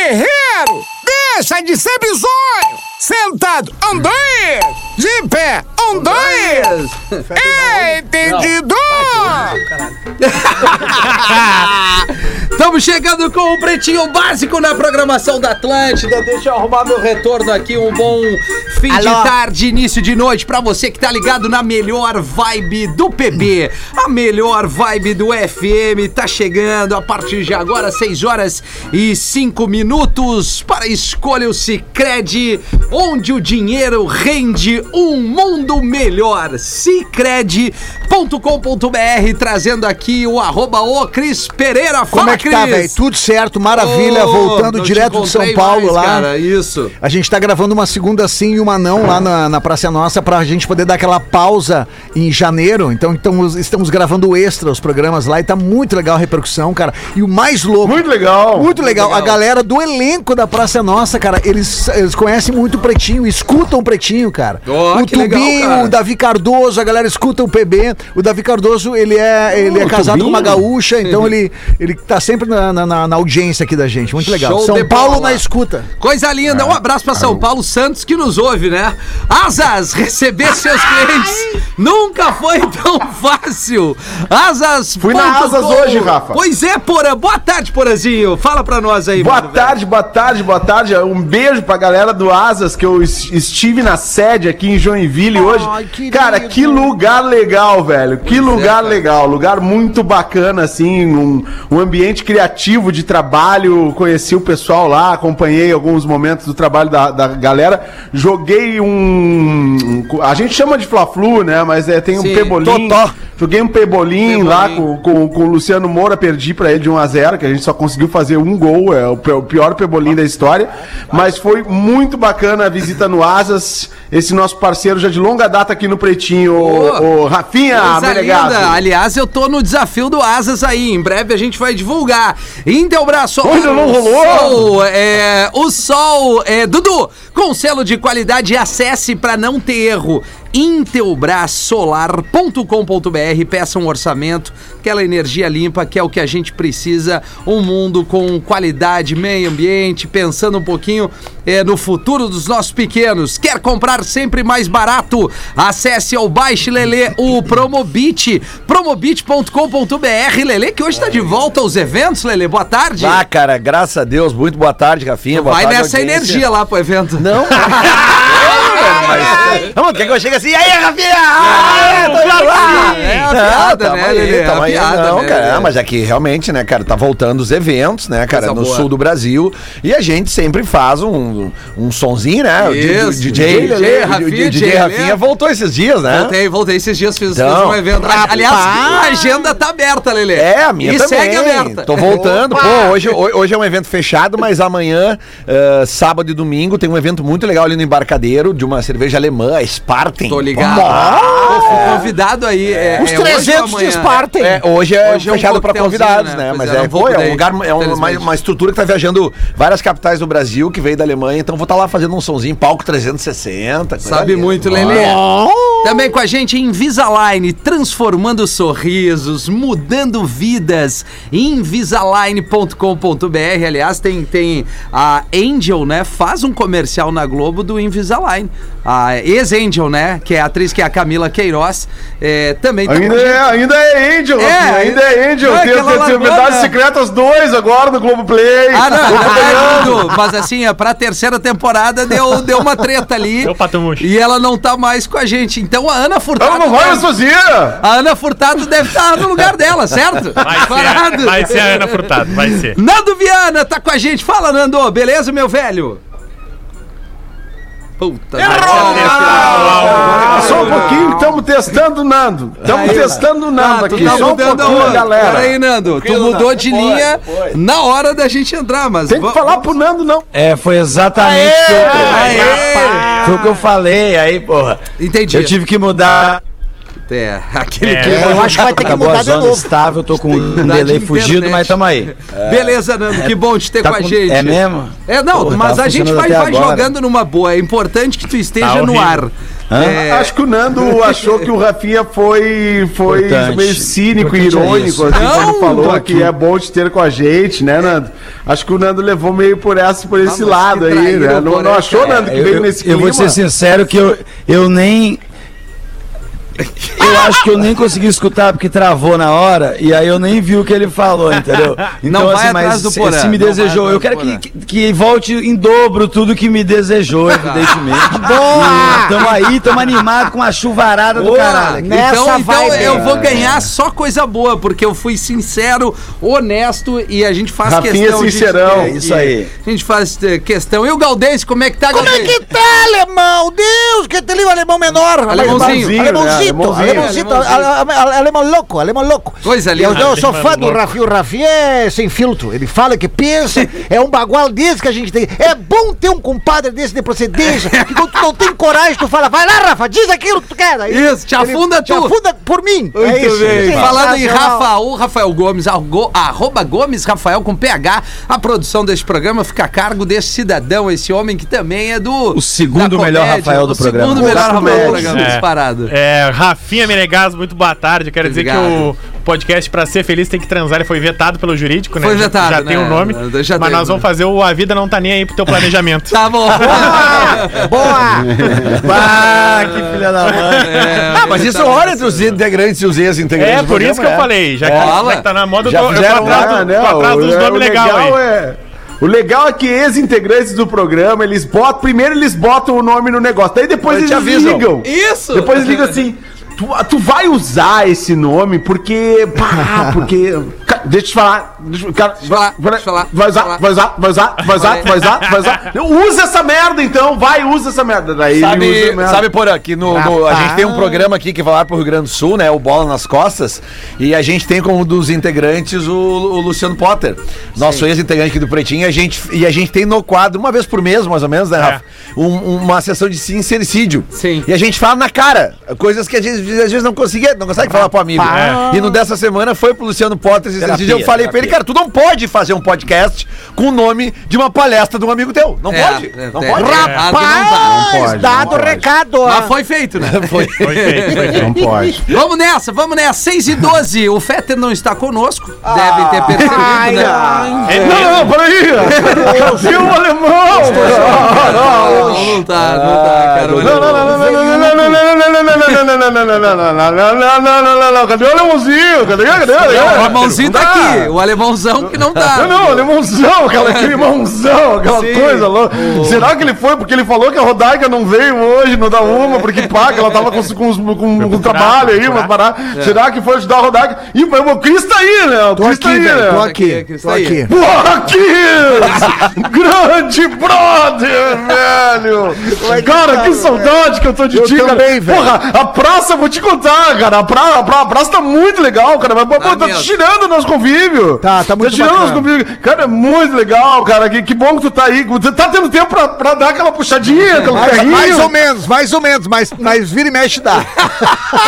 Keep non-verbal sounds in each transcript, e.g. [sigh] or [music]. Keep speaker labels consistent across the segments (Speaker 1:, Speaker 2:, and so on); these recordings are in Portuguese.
Speaker 1: guerreiro! Deixa de ser bizonho! Sentado, andoi! De pé, andoi! É entendido!
Speaker 2: Estamos chegando com o Pretinho Básico na programação da Atlântida. Deixa eu arrumar meu retorno aqui. Um bom fim de
Speaker 3: Alô.
Speaker 2: tarde, início de noite pra você que tá ligado na melhor vibe do PB. A melhor vibe do FM tá chegando a partir de agora, 6 horas e 5 minutos para escolha o Cicred, onde o dinheiro rende um mundo melhor. Cicred.com.br trazendo aqui o arroba o Cris Pereira.
Speaker 4: Como
Speaker 2: Fala,
Speaker 4: é que tá,
Speaker 2: Cris?
Speaker 4: velho? Tudo certo, maravilha,
Speaker 2: Ô,
Speaker 4: voltando
Speaker 2: não te
Speaker 4: direto de São
Speaker 2: encontrei
Speaker 4: Paulo
Speaker 2: mais,
Speaker 4: lá.
Speaker 2: Cara, isso.
Speaker 4: A gente tá gravando uma segunda sim e uma não lá na, na Praça Nossa pra gente poder dar aquela pausa em janeiro. Então, então estamos gravando extra os programas lá e tá muito legal a repercussão, cara. E o mais louco.
Speaker 5: Muito legal.
Speaker 4: Muito legal. A galera do elenco da Praça Nossa, cara, eles, eles conhecem muito o Pretinho, escutam o Pretinho, cara.
Speaker 2: Ó,
Speaker 4: o
Speaker 2: que legal,
Speaker 4: Tubinho,
Speaker 2: cara.
Speaker 4: o Davi Cardoso, a galera escuta o PB. O Davi Cardoso, ele é, ele é casado com uma gaúcha, então ele, ele tá sempre na, na- na- na audiência aqui da gente. Muito legal.
Speaker 2: Show de
Speaker 4: São Paulo
Speaker 2: bola.
Speaker 4: na escuta.
Speaker 2: Coisa linda,
Speaker 5: Ah,
Speaker 2: um abraço pra São Paulo Santos que nos ouve, né? Asas, receber seus clientes nunca foi tão fácil. Asas.
Speaker 5: Fui na
Speaker 2: ponto
Speaker 5: Asas
Speaker 2: com.
Speaker 5: hoje, Rafa.
Speaker 2: Pois é, Porã. Boa tarde, Porazinho. Fala pra nós aí,
Speaker 5: Boa
Speaker 2: mano,
Speaker 5: tarde, boa tarde, boa tarde. Um beijo pra galera do Asas que eu es- estive na sede aqui em Joinville hoje.
Speaker 4: querido.
Speaker 5: Cara, que lugar legal, velho. Que lugar
Speaker 2: é, cara.
Speaker 5: legal. Lugar muito bacana, assim. Um, um ambiente criativo de trabalho. Conheci o pessoal lá, acompanhei alguns momentos do trabalho da, da galera. Joguei um. A gente chama de Fla-Flu, né? Mas é, tem um
Speaker 2: Sim,
Speaker 5: pebolim.
Speaker 4: totó.
Speaker 5: Joguei um pebolim lá
Speaker 2: Pebolim.
Speaker 5: com com, com o Luciano Moura, perdi pra ele de 1x0, que a gente só conseguiu fazer um gol, é o pe- o pior pebolim da história. Mas foi muito bacana a visita no Asas, esse nosso parceiro já de longa data aqui no Pretinho,
Speaker 2: Ô,
Speaker 5: o, o Rafinha
Speaker 2: Coisa linda.
Speaker 5: Menegasso.
Speaker 2: Aliás, eu tô no desafio do Asas aí. Em breve a gente vai divulgar. Indelbras Solar.
Speaker 5: Ainda não
Speaker 2: o
Speaker 5: rolou?
Speaker 2: Sol, é, o sol. É, Dudu, com selo de qualidade, acesse pra não ter erro. Intelbrasolar.com.br peça um orçamento, aquela energia limpa que é o que a gente precisa, um mundo com qualidade, meio ambiente, pensando um pouquinho é, no futuro dos nossos pequenos. Quer comprar sempre mais barato? Acesse ou baixe Lelê o Promobit, promobit.com.br. Lelê que hoje está de volta aos eventos, Lelê. Boa tarde.
Speaker 3: Ah, cara, graças a Deus, muito boa tarde, Rafinha. Boa
Speaker 2: Vai
Speaker 3: tarde,
Speaker 2: nessa
Speaker 3: audiência.
Speaker 2: energia lá pro evento.
Speaker 3: [laughs] Não. Mas, não, quer que eu chegue assim, e aí, Rafinha? Ah, tô já lá!
Speaker 2: É a piada,
Speaker 3: tamo
Speaker 2: né,
Speaker 3: aí,
Speaker 2: Lelê? É
Speaker 3: tamo
Speaker 2: a
Speaker 3: aí.
Speaker 2: piada,
Speaker 3: não,
Speaker 2: né,
Speaker 3: cara,
Speaker 2: Lelê?
Speaker 3: mas aqui realmente, né, cara, tá voltando os eventos, né, cara,
Speaker 2: Coisa
Speaker 3: no
Speaker 2: boa.
Speaker 3: sul do Brasil, e a gente sempre faz um, um sonzinho, né, o di-
Speaker 2: Isso,
Speaker 3: di- DJ,
Speaker 2: DJ,
Speaker 3: Lelê,
Speaker 2: Rafinha,
Speaker 3: o di- DJ
Speaker 2: Lelê.
Speaker 3: Rafinha voltou esses dias, né?
Speaker 2: Voltei, voltei esses dias, fiz,
Speaker 3: Então,
Speaker 2: fiz um evento.
Speaker 3: rapaz.
Speaker 2: Aliás, a agenda tá aberta, Lelê.
Speaker 3: É, a minha
Speaker 2: e
Speaker 3: também.
Speaker 2: segue aberta.
Speaker 3: Tô voltando. Pô, hoje, ho- hoje é um evento fechado, mas amanhã, eh, sábado e domingo, tem um evento muito legal ali no Embarcadero, de uma cerveja alemã, a Sparten.
Speaker 2: Tô ligado. Pô, fui convidado aí. É,
Speaker 4: Os
Speaker 2: é hoje ou
Speaker 4: 300
Speaker 2: amanhã?
Speaker 4: de Spartan.
Speaker 3: É, hoje é
Speaker 2: Hoje é um
Speaker 3: fechado pra
Speaker 2: coquetelzinho,
Speaker 3: convidados,
Speaker 2: né?
Speaker 3: né?
Speaker 2: Pois
Speaker 3: mas é,
Speaker 2: é, não vou
Speaker 3: pô, é
Speaker 2: poder
Speaker 3: um
Speaker 2: ir,
Speaker 3: lugar, é uma,
Speaker 2: infelizmente.
Speaker 3: uma estrutura que tá viajando várias capitais do Brasil, que veio da Alemanha, então vou estar lá fazendo um sonzinho, palco 360. coisa
Speaker 2: Sabe
Speaker 3: linda.
Speaker 2: muito, Lelê. Também com a gente Invisalign, transformando sorrisos, mudando vidas. Invisalign.com.br. Aliás, tem, tem a Angel, né? Faz um comercial na Globo do Invisalign. A ex-Angel, né? Que é a atriz que é a Camila Queiroz. É, também tá com
Speaker 5: Ainda
Speaker 2: a gente.
Speaker 5: é, ainda é Angel,
Speaker 2: É,
Speaker 5: Rafinha, ainda é Angel.
Speaker 2: não, é
Speaker 5: tem
Speaker 2: aquela
Speaker 5: tem, tem
Speaker 2: largona.
Speaker 5: Verdades Secretas 2 agora no Globoplay.
Speaker 2: Ah, não,
Speaker 5: Tô
Speaker 2: não [laughs] é
Speaker 5: pegando.
Speaker 2: tudo, mas assim, é, pra terceira temporada deu, deu uma treta ali.
Speaker 6: Deu patamucho.
Speaker 2: E ela não tá mais com a gente. Então a Ana Furtado.
Speaker 5: Ela não vai
Speaker 2: deve-
Speaker 5: mais sozinha.
Speaker 2: A Ana Furtado deve estar no lugar dela, certo?
Speaker 6: Vai ser,
Speaker 2: Parado.
Speaker 6: vai ser a Ana Furtado, vai ser.
Speaker 2: Nando Viana tá com a gente. Fala, Nando. Beleza, meu velho? Puta tá Ah,
Speaker 5: Só um pouquinho, estamos testando o Nando. Estamos testando o Nando
Speaker 2: Ah, tu
Speaker 5: aqui.
Speaker 2: tá
Speaker 5: Só um
Speaker 2: mudando a
Speaker 5: pouquinho,
Speaker 2: onda.
Speaker 5: galera.
Speaker 2: Peraí, Nando. Tu mudou de linha na hora da gente entrar, mas...
Speaker 5: Tem que
Speaker 2: va-
Speaker 5: falar pro Nando, não.
Speaker 7: É, foi exatamente o que eu-
Speaker 2: Aê!
Speaker 7: foi o que eu falei, aí, porra.
Speaker 2: Entendi.
Speaker 7: Eu tive que mudar.
Speaker 2: É, aquele
Speaker 6: É.
Speaker 2: que...
Speaker 7: Eu
Speaker 4: acho que vai ter que
Speaker 7: Acabou
Speaker 4: mudar
Speaker 7: a
Speaker 4: de
Speaker 7: zona
Speaker 4: novo.
Speaker 7: estável, tô com um delay
Speaker 2: de
Speaker 7: fugido,
Speaker 2: internet. É.
Speaker 7: mas tamo aí.
Speaker 2: Beleza, Nando, que bom te ter
Speaker 7: tá
Speaker 2: com a
Speaker 7: com-
Speaker 2: gente.
Speaker 7: é mesmo?
Speaker 2: É, não,
Speaker 7: Porra,
Speaker 2: mas
Speaker 7: tava
Speaker 2: a gente
Speaker 7: funcionando
Speaker 2: vai,
Speaker 7: até
Speaker 2: vai
Speaker 7: agora.
Speaker 2: jogando numa boa. É importante que tu esteja
Speaker 6: Tá
Speaker 2: no
Speaker 6: horrível.
Speaker 2: ar. É,
Speaker 5: Acho que o Nando achou que o Rafinha foi, foi
Speaker 7: Importante.
Speaker 5: meio cínico e
Speaker 7: Importante é
Speaker 5: irônico,
Speaker 7: isso.
Speaker 5: assim,
Speaker 2: Não,
Speaker 5: quando falou
Speaker 2: tô aqui.
Speaker 5: que é bom te ter com a gente, né, Nando? Acho que o Nando levou meio por, essa, por esse
Speaker 2: Ah, mas
Speaker 5: lado
Speaker 2: que
Speaker 5: aí, né?
Speaker 2: traíra,
Speaker 5: Não, não
Speaker 2: porra,
Speaker 5: achou,
Speaker 2: cara.
Speaker 5: Nando, que
Speaker 7: Eu,
Speaker 5: veio
Speaker 7: eu,
Speaker 5: nesse
Speaker 7: eu
Speaker 5: clima?
Speaker 7: vou ser sincero que eu, eu nem. Eu acho que eu nem consegui escutar porque travou na hora e aí eu nem vi o que ele falou, entendeu?
Speaker 2: [laughs]
Speaker 7: Então, assim,
Speaker 2: Não vai atrás do
Speaker 7: se-
Speaker 2: Porã,
Speaker 7: se me
Speaker 2: não
Speaker 7: desejou,
Speaker 2: vai atrás
Speaker 7: eu
Speaker 2: do
Speaker 7: quero
Speaker 2: Porã. Tá.
Speaker 7: que, que, que volte em dobro tudo que me desejou,
Speaker 2: [laughs]
Speaker 7: evidentemente.
Speaker 1: Boa!
Speaker 7: E Tamo aí, tamo animado com a chuvarada do
Speaker 2: Boa!
Speaker 7: caralho. aqui.
Speaker 1: Nessa
Speaker 2: então, então
Speaker 1: vibe.
Speaker 2: eu vou ganhar só coisa boa, porque eu fui sincero, honesto e a gente faz
Speaker 5: Rafinha
Speaker 2: questão. de, é
Speaker 5: sincerão,
Speaker 2: de-
Speaker 7: É isso aí.
Speaker 2: A gente faz eh, questão. E o Galdês, como é que tá,
Speaker 4: Como é que tá, alemão? Deus, que te livre, alemão menor.
Speaker 2: Alemãozinho,
Speaker 5: né?
Speaker 4: Alemãozito,
Speaker 5: Alemãozinho.
Speaker 4: alemãozito,
Speaker 2: Alemãozinho.
Speaker 4: ale- ale- alemão louco, alemão louco.
Speaker 2: Coisa
Speaker 4: Eu,
Speaker 2: linda. né?
Speaker 4: eu sou
Speaker 6: Alemão
Speaker 4: fã do
Speaker 6: louco.
Speaker 4: Rafi, o Rafi é sem filtro. Ele fala o que pensa, é um bagual desse que a gente tem. É bom ter um compadre desse de procedência, que quando tu não tem coragem, tu fala, vai lá, Rafa, diz aquilo que tu quer. Aí
Speaker 2: Isso, te
Speaker 4: ele
Speaker 2: afunda
Speaker 4: te
Speaker 2: tu.
Speaker 4: afunda por mim. É
Speaker 2: Muito bem.
Speaker 4: sensacional.
Speaker 2: Falando em Rafael, Rafael Gomes, argo- arroba Gomes Rafael com PH, a produção deste programa fica a cargo desse cidadão, esse homem que também é do.
Speaker 7: O segundo
Speaker 2: da
Speaker 7: melhor Rafael do
Speaker 2: o segundo
Speaker 7: programa.
Speaker 2: melhor
Speaker 5: Da
Speaker 2: Rafael do
Speaker 5: comédia.
Speaker 2: programa, disparado.
Speaker 6: É, Rafinha Menegas, muito boa tarde. Quero dizer que
Speaker 2: Obrigado.
Speaker 6: o podcast Pra Ser Feliz Tem Que Transar ele foi vetado pelo jurídico, né?
Speaker 2: Foi
Speaker 6: Já-
Speaker 2: vetado,
Speaker 6: Já,
Speaker 2: né?
Speaker 6: tem o nome.
Speaker 2: Já
Speaker 6: mas
Speaker 2: tem,
Speaker 6: nós vamos
Speaker 2: né?
Speaker 6: fazer o A Vida Não Tá Nem Aí Pro
Speaker 2: [laughs]
Speaker 6: Teu Planejamento.
Speaker 2: Tá
Speaker 5: [laughs]
Speaker 2: bom.
Speaker 4: Boa!
Speaker 7: Ah, que filha da mãe.
Speaker 2: É,
Speaker 3: [laughs] Ah, mas isso hora entre os integrantes e os ex-integrantes.
Speaker 6: É,
Speaker 3: do
Speaker 6: por isso que eu
Speaker 3: programa, é.
Speaker 6: falei. Já que,
Speaker 2: Fala.
Speaker 6: já que tá na moda, eu
Speaker 3: Já
Speaker 6: tô, eu tô
Speaker 3: fizeram
Speaker 6: atrás,
Speaker 5: Ah,
Speaker 6: do-
Speaker 5: não,
Speaker 6: tô atrás dos
Speaker 5: o-
Speaker 6: nomes
Speaker 5: o
Speaker 6: legais aí.
Speaker 5: É... O legal é que ex-integrantes do programa, eles botam. Primeiro eles botam o nome no negócio, daí depois
Speaker 3: Eles
Speaker 5: eles
Speaker 3: te avisam.
Speaker 5: ligam.
Speaker 2: Isso!
Speaker 5: Depois eles ligam assim. Tu, tu vai usar esse nome porque. pá, porque. Ca- Deixa eu te falar. Deixa, eu- cara,
Speaker 2: eu falar, deixa eu falar,
Speaker 5: vai
Speaker 2: deixa eu
Speaker 5: usar,
Speaker 2: falar.
Speaker 5: vai usar, vai usar, vai usar, vai usar, vai usar. Não, Usa essa merda então, vai, usa essa merda. Daí ele usa a
Speaker 3: Sabe,
Speaker 5: merda.
Speaker 3: sabe por aqui, no, no- a gente tem um programa aqui que vai lá pro Rio Grande do Sul, né? O Bola nas Costas. E a gente tem como um dos integrantes o, o Luciano Potter, nosso ex-integrante aqui do Pretinho. E a, gente, e a gente tem no quadro, uma vez por mês, mais ou menos, né, Rafa? Um- uma sessão de sincericídio.
Speaker 2: Sim.
Speaker 3: E a gente fala na cara, coisas que a gente, às vezes não conseguia, não consegue falar pro amigo.
Speaker 6: É.
Speaker 3: E no dessa semana foi pro Luciano Potter sincericídio.
Speaker 7: Terapia,
Speaker 3: Eu falei pra ele,
Speaker 7: terapia.
Speaker 3: cara, tu não pode fazer um podcast com o nome de uma palestra de um amigo teu. Não
Speaker 2: É,
Speaker 3: pode.
Speaker 2: é,
Speaker 3: não
Speaker 2: é,
Speaker 3: pode.
Speaker 2: errado não tá.
Speaker 4: Rapaz,
Speaker 5: pode,
Speaker 4: dado
Speaker 5: não
Speaker 4: o
Speaker 5: pode.
Speaker 4: recado.
Speaker 2: Mas foi
Speaker 4: [laughs]
Speaker 2: feito, né?
Speaker 6: Foi feito, foi feito.
Speaker 5: Não pode.
Speaker 2: Vamos nessa, vamos nessa. 6 e 12. O Fetter não está conosco. Devem ter percebido,
Speaker 4: ai,
Speaker 2: né?
Speaker 4: ai.
Speaker 3: Ah,
Speaker 6: É,
Speaker 5: Não,
Speaker 3: [laughs]
Speaker 5: não, peraí! E
Speaker 3: um
Speaker 5: o alemão?
Speaker 2: Não, não, não tá, não
Speaker 4: Ah,
Speaker 2: tá, cara.
Speaker 5: Não, não, não, não, não, não, não, não, não, não, não, não, não, não, não, não, não, não, não, não, cadê o alemãozinho? Cadê? Cadê?
Speaker 2: O
Speaker 5: Cadê?
Speaker 2: alemãozinho tá aqui, o alemãozão que não tá.
Speaker 5: Não, não, limãozão, aquela,
Speaker 4: [laughs]
Speaker 5: aquele limãozão, aquela
Speaker 2: Sim.
Speaker 5: coisa louca. Será que ele foi? Porque ele falou que a Rodaica não veio hoje, não dá uma, porque pá, que ela tava com, os- com, os- com, com
Speaker 6: procurar,
Speaker 5: trabalho aí,
Speaker 6: procurar.
Speaker 5: mas parar. Será que foi ajudar a Rodaica? Ih, mas o Cris tá aí, né? O
Speaker 4: É. Tô
Speaker 5: Cris
Speaker 4: aqui,
Speaker 5: tá aí,
Speaker 4: velho, tô
Speaker 5: né?
Speaker 4: aqui, tô aqui.
Speaker 5: Porra, Cris! Grande brother, velho! Cara, que saudade que eu tô de
Speaker 4: Eu
Speaker 5: ti, cara.
Speaker 4: também, velho.
Speaker 5: Porra, a praça, eu vou te contar, cara. A, pra, a, pra- a praça tá muito legal, cara. Mas, pô,
Speaker 4: Ah,
Speaker 2: Tá
Speaker 5: tá
Speaker 2: mesmo.
Speaker 5: tirando o nosso convívio.
Speaker 4: Tá, tá muito
Speaker 5: Tá tirando o nosso
Speaker 4: bacana.
Speaker 5: convívio. Cara, é muito legal, cara. Que, que bom que tu tá aí. Tu tá tendo tempo pra, pra dar aquela puxadinha, aquele
Speaker 4: Mais,
Speaker 5: carrinho.
Speaker 4: mais ou menos, mais ou menos, mas, mas vira e mexe dá.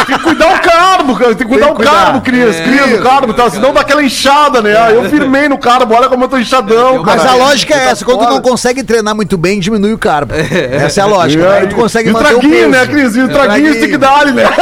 Speaker 5: Tem que cuidar o carbo, cara. Tem que cuidar
Speaker 4: Tem que
Speaker 5: o
Speaker 4: cuidar.
Speaker 5: carbo, Cris.
Speaker 4: É.
Speaker 5: Cris, o carbo, tá? Senão dá aquela inchada, né? Ah, Eu firmei no carbo, olha como eu tô inchadão,
Speaker 4: Mas
Speaker 5: cara.
Speaker 4: a lógica é essa, quando tu
Speaker 5: fora.
Speaker 4: não consegue treinar muito bem, diminui o carbo. Essa [laughs] é a
Speaker 5: E
Speaker 4: lógica. Aí tu consegue
Speaker 5: e o
Speaker 4: manter o peso.
Speaker 5: traguinho, né, Cris? E
Speaker 2: É,
Speaker 5: o traguinho
Speaker 4: traguinho.
Speaker 5: tem que dar,
Speaker 2: [laughs]
Speaker 5: né?
Speaker 2: [laughs]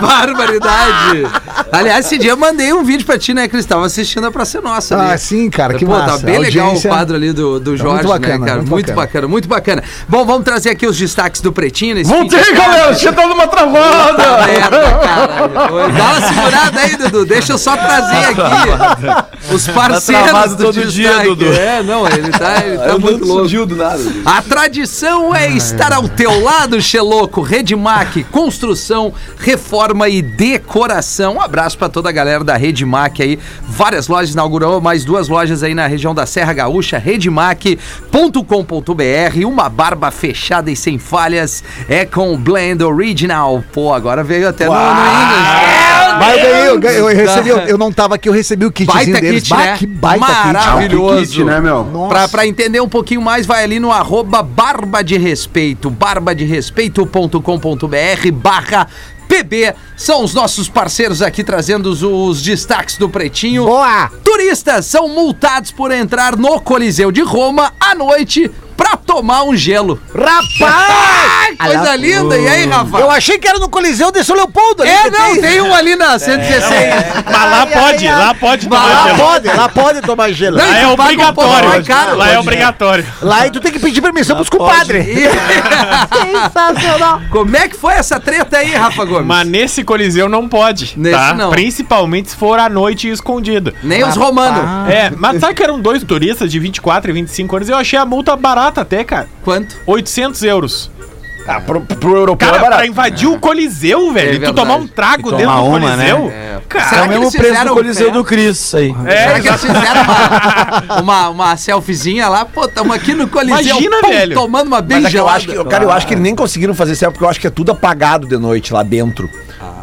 Speaker 2: Barbaridade. Aliás, esse dia eu mandei um vídeo pra ti, né, Cris? Tava assistindo a Praça Nossa ali.
Speaker 4: Ah, sim, cara, que
Speaker 2: Pô,
Speaker 4: massa.
Speaker 2: tá bem
Speaker 4: A
Speaker 2: legal o
Speaker 4: audiência- Tá
Speaker 2: quadro ali do, do Jorge,
Speaker 4: muito bacana,
Speaker 2: né, cara? Muito,
Speaker 4: muito
Speaker 2: bacana.
Speaker 4: bacana.
Speaker 2: muito bacana. Bom, vamos trazer aqui os destaques do Pretinho. Nesse fim de
Speaker 5: Voltei,
Speaker 2: tarde.
Speaker 5: galera. Tinha dado uma [laughs]
Speaker 2: Puta
Speaker 5: travada.
Speaker 2: merda, caralho. Dá uma segurada aí, Dudu. Deixa eu só
Speaker 7: [laughs]
Speaker 2: trazer aqui os parceiros
Speaker 7: Tá travado
Speaker 2: do
Speaker 7: todo dia,
Speaker 2: destaque.
Speaker 7: Dudu.
Speaker 2: É, não, ele tá, ele tá
Speaker 3: Eu
Speaker 7: um
Speaker 2: muito
Speaker 3: não
Speaker 2: louco.
Speaker 3: surgiu do nada.
Speaker 2: A tradição é estar ao teu lado, Xeloco. Redmac, construção, reforma e decoração. Um abraço pra toda a galera da Redmac aí. Várias lojas inaugurou, mais duas lojas aí na região da Serra Gaúcha, redmac.com.br. Uma barba fechada e sem falhas é com o Blend Original. Pô, agora veio até no, no English. É,
Speaker 4: Mas aí eu, eu recebi, eu, eu não tava aqui, eu recebi o kitzinho
Speaker 2: Baita
Speaker 4: deles.
Speaker 2: kit,
Speaker 4: Bah,
Speaker 2: né?
Speaker 4: que baita kit.
Speaker 2: Maravilhoso.
Speaker 5: Ah, que kit, né, meu?
Speaker 4: Nossa.
Speaker 2: Pra, pra entender um pouquinho mais, vai ali no arroba barba de respeito, barbaderespeito.com.br barra PB. São os nossos parceiros aqui trazendo os, os destaques do Pretinho.
Speaker 4: Boa!
Speaker 2: Turistas são multados por entrar no Coliseu de Roma à noite pra tomar um gelo.
Speaker 4: Rapaz! [laughs]
Speaker 2: coisa linda. E aí, Rafa?
Speaker 4: Eu achei que era no Coliseu de São Leopoldo. ali
Speaker 2: É,
Speaker 4: que
Speaker 2: não, tem um ali na 116.
Speaker 6: Mas lá pode, lá pode
Speaker 4: Mas
Speaker 6: tomar
Speaker 4: lá
Speaker 6: gelo.
Speaker 4: pode, lá pode tomar gelo.
Speaker 2: Não,
Speaker 6: Lá
Speaker 2: tu
Speaker 6: é
Speaker 2: paga um pouco
Speaker 6: obrigatório.
Speaker 2: mais caro.
Speaker 6: Lá é obrigatório.
Speaker 4: Lá e tu tem que pedir permissão pros compadres. [laughs]
Speaker 2: Sensacional. [laughs] Como é que foi essa treta aí, Rafa Gomes?
Speaker 6: Mas nesse coliseu não pode,
Speaker 2: Nesse
Speaker 6: tá?
Speaker 2: não.
Speaker 6: Principalmente se for à noite e escondido.
Speaker 2: Nem os romanos.
Speaker 6: É, mas sabe que eram dois turistas de 24 e 25 anos? Eu achei a multa barata até, cara.
Speaker 2: Quanto?
Speaker 6: 800 euros.
Speaker 3: Ah, pro, pro europeu
Speaker 6: Cara,
Speaker 3: é
Speaker 6: pra
Speaker 3: barato.
Speaker 6: invadir o Coliseu, velho.
Speaker 2: É
Speaker 6: e tu
Speaker 2: verdade.
Speaker 6: tomar um trago
Speaker 7: E
Speaker 6: dentro
Speaker 7: tomar
Speaker 6: do
Speaker 7: uma,
Speaker 6: Coliseu.
Speaker 2: né?
Speaker 7: É
Speaker 2: Será
Speaker 6: Cara,
Speaker 7: o
Speaker 2: que
Speaker 7: mesmo
Speaker 2: eles
Speaker 7: preço
Speaker 2: fizeram
Speaker 7: do Coliseu
Speaker 2: fé?
Speaker 7: do Cris, isso aí.
Speaker 2: Será
Speaker 6: é,
Speaker 2: que eles fizeram uma, [laughs] uma, uma selfiezinha lá? Pô, tamo aqui no Coliseu.
Speaker 6: Imagina,
Speaker 2: pum,
Speaker 6: velho.
Speaker 2: Tomando uma
Speaker 3: Mas é
Speaker 2: bem
Speaker 3: que eu
Speaker 2: gelada.
Speaker 3: acho que, cara, eu acho que nem conseguiram fazer certo, porque eu acho que é tudo apagado de noite lá dentro.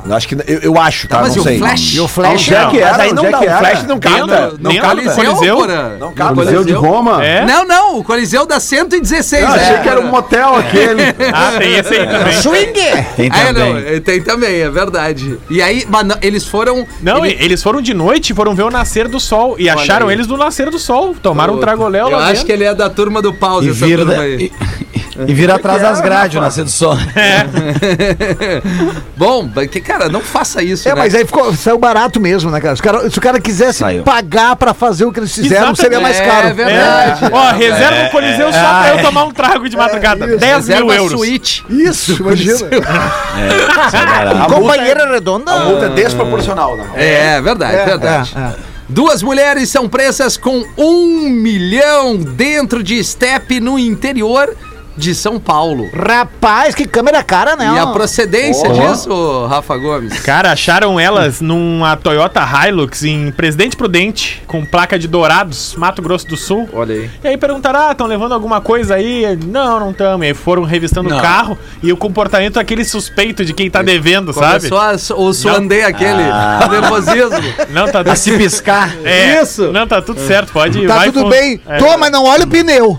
Speaker 3: Eu acho que eu, eu acho, tá?
Speaker 2: Tá, mas e
Speaker 3: não
Speaker 2: o
Speaker 3: sei.
Speaker 2: flash?
Speaker 4: Ah.
Speaker 2: Tá,
Speaker 4: E o Flash
Speaker 3: Onde é que
Speaker 5: Não,
Speaker 3: é?
Speaker 5: cara,
Speaker 3: Aí não
Speaker 5: onde é
Speaker 3: dá,
Speaker 5: que
Speaker 3: o
Speaker 5: era?
Speaker 3: flash não capta.
Speaker 2: Dentro-
Speaker 3: Não
Speaker 6: dentro
Speaker 3: capta.
Speaker 6: do Coliseu?
Speaker 2: Porã?
Speaker 3: Não capta.
Speaker 5: Coliseu de Roma?
Speaker 6: É?
Speaker 2: Não, não, o Coliseu da 116.
Speaker 5: Eu achei que era um
Speaker 2: Porã.
Speaker 5: motel
Speaker 2: [laughs]
Speaker 5: aquele.
Speaker 2: É,
Speaker 6: Ah, tem esse aí também.
Speaker 4: [laughs] Swing!
Speaker 7: Tem
Speaker 2: Ah, é, não,
Speaker 7: também.
Speaker 2: é, tem também, é verdade. E aí, mas não, eles foram.
Speaker 6: Não,
Speaker 2: eles...
Speaker 6: e- eles foram de noite e foram ver o nascer do sol. E acharam
Speaker 2: aí.
Speaker 6: eles no nascer do sol. Tomaram um
Speaker 2: Puta,
Speaker 6: tragoléu
Speaker 2: Eu
Speaker 6: lá
Speaker 2: acho
Speaker 6: dentro.
Speaker 2: que ele é da turma do pause,
Speaker 7: E
Speaker 2: essa
Speaker 7: vira,
Speaker 2: turma
Speaker 7: e,
Speaker 2: aí.
Speaker 7: e vira atrás das grades, nascendo só.
Speaker 2: Bom, que, cara, não faça isso.
Speaker 4: É,
Speaker 2: né?
Speaker 4: mas aí ficou, saiu barato mesmo, né, cara? Se o cara, se o cara quisesse
Speaker 7: Saiu.
Speaker 4: pagar pra fazer o que eles fizeram, seria mais caro.
Speaker 2: É
Speaker 6: É.
Speaker 2: verdade. É.
Speaker 6: Ó, reserva o Coliseu só pra eu tomar um trago de madrugada. 10 mil
Speaker 2: Reserva a
Speaker 6: euros.
Speaker 2: suíte.
Speaker 4: Isso, imagina.
Speaker 3: A multa, é,
Speaker 4: Companheira redonda.
Speaker 3: a multa é desproporcional, né?
Speaker 2: É, verdade, verdade.
Speaker 3: é.
Speaker 2: Duas mulheres são presas com um milhão dentro de estepe no interior de São Paulo.
Speaker 4: Rapaz, que câmera cara, né?
Speaker 2: E a
Speaker 4: Ó.
Speaker 2: procedência disso, Rafa Gomes?
Speaker 6: Cara, acharam elas numa Toyota Hilux em Presidente Prudente, com placa de Dourados, Mato Grosso do Sul.
Speaker 2: Olha aí.
Speaker 6: E aí perguntaram, ah, estão levando alguma coisa aí? Não, não estamos. E aí foram revistando o carro e o comportamento aquele suspeito de quem tá devendo, sabe?
Speaker 2: É. Começou a, su- o suandê aquele
Speaker 6: Ah.
Speaker 2: nervosismo.
Speaker 6: Não,
Speaker 2: [laughs]
Speaker 6: tá
Speaker 7: A se piscar.
Speaker 6: [laughs] É,
Speaker 2: Isso.
Speaker 6: Não, tá tudo certo, pode ir.
Speaker 4: Tá
Speaker 6: vai
Speaker 4: tudo
Speaker 6: fun-
Speaker 4: bem.
Speaker 6: É.
Speaker 4: Tô, mas não olha o pneu.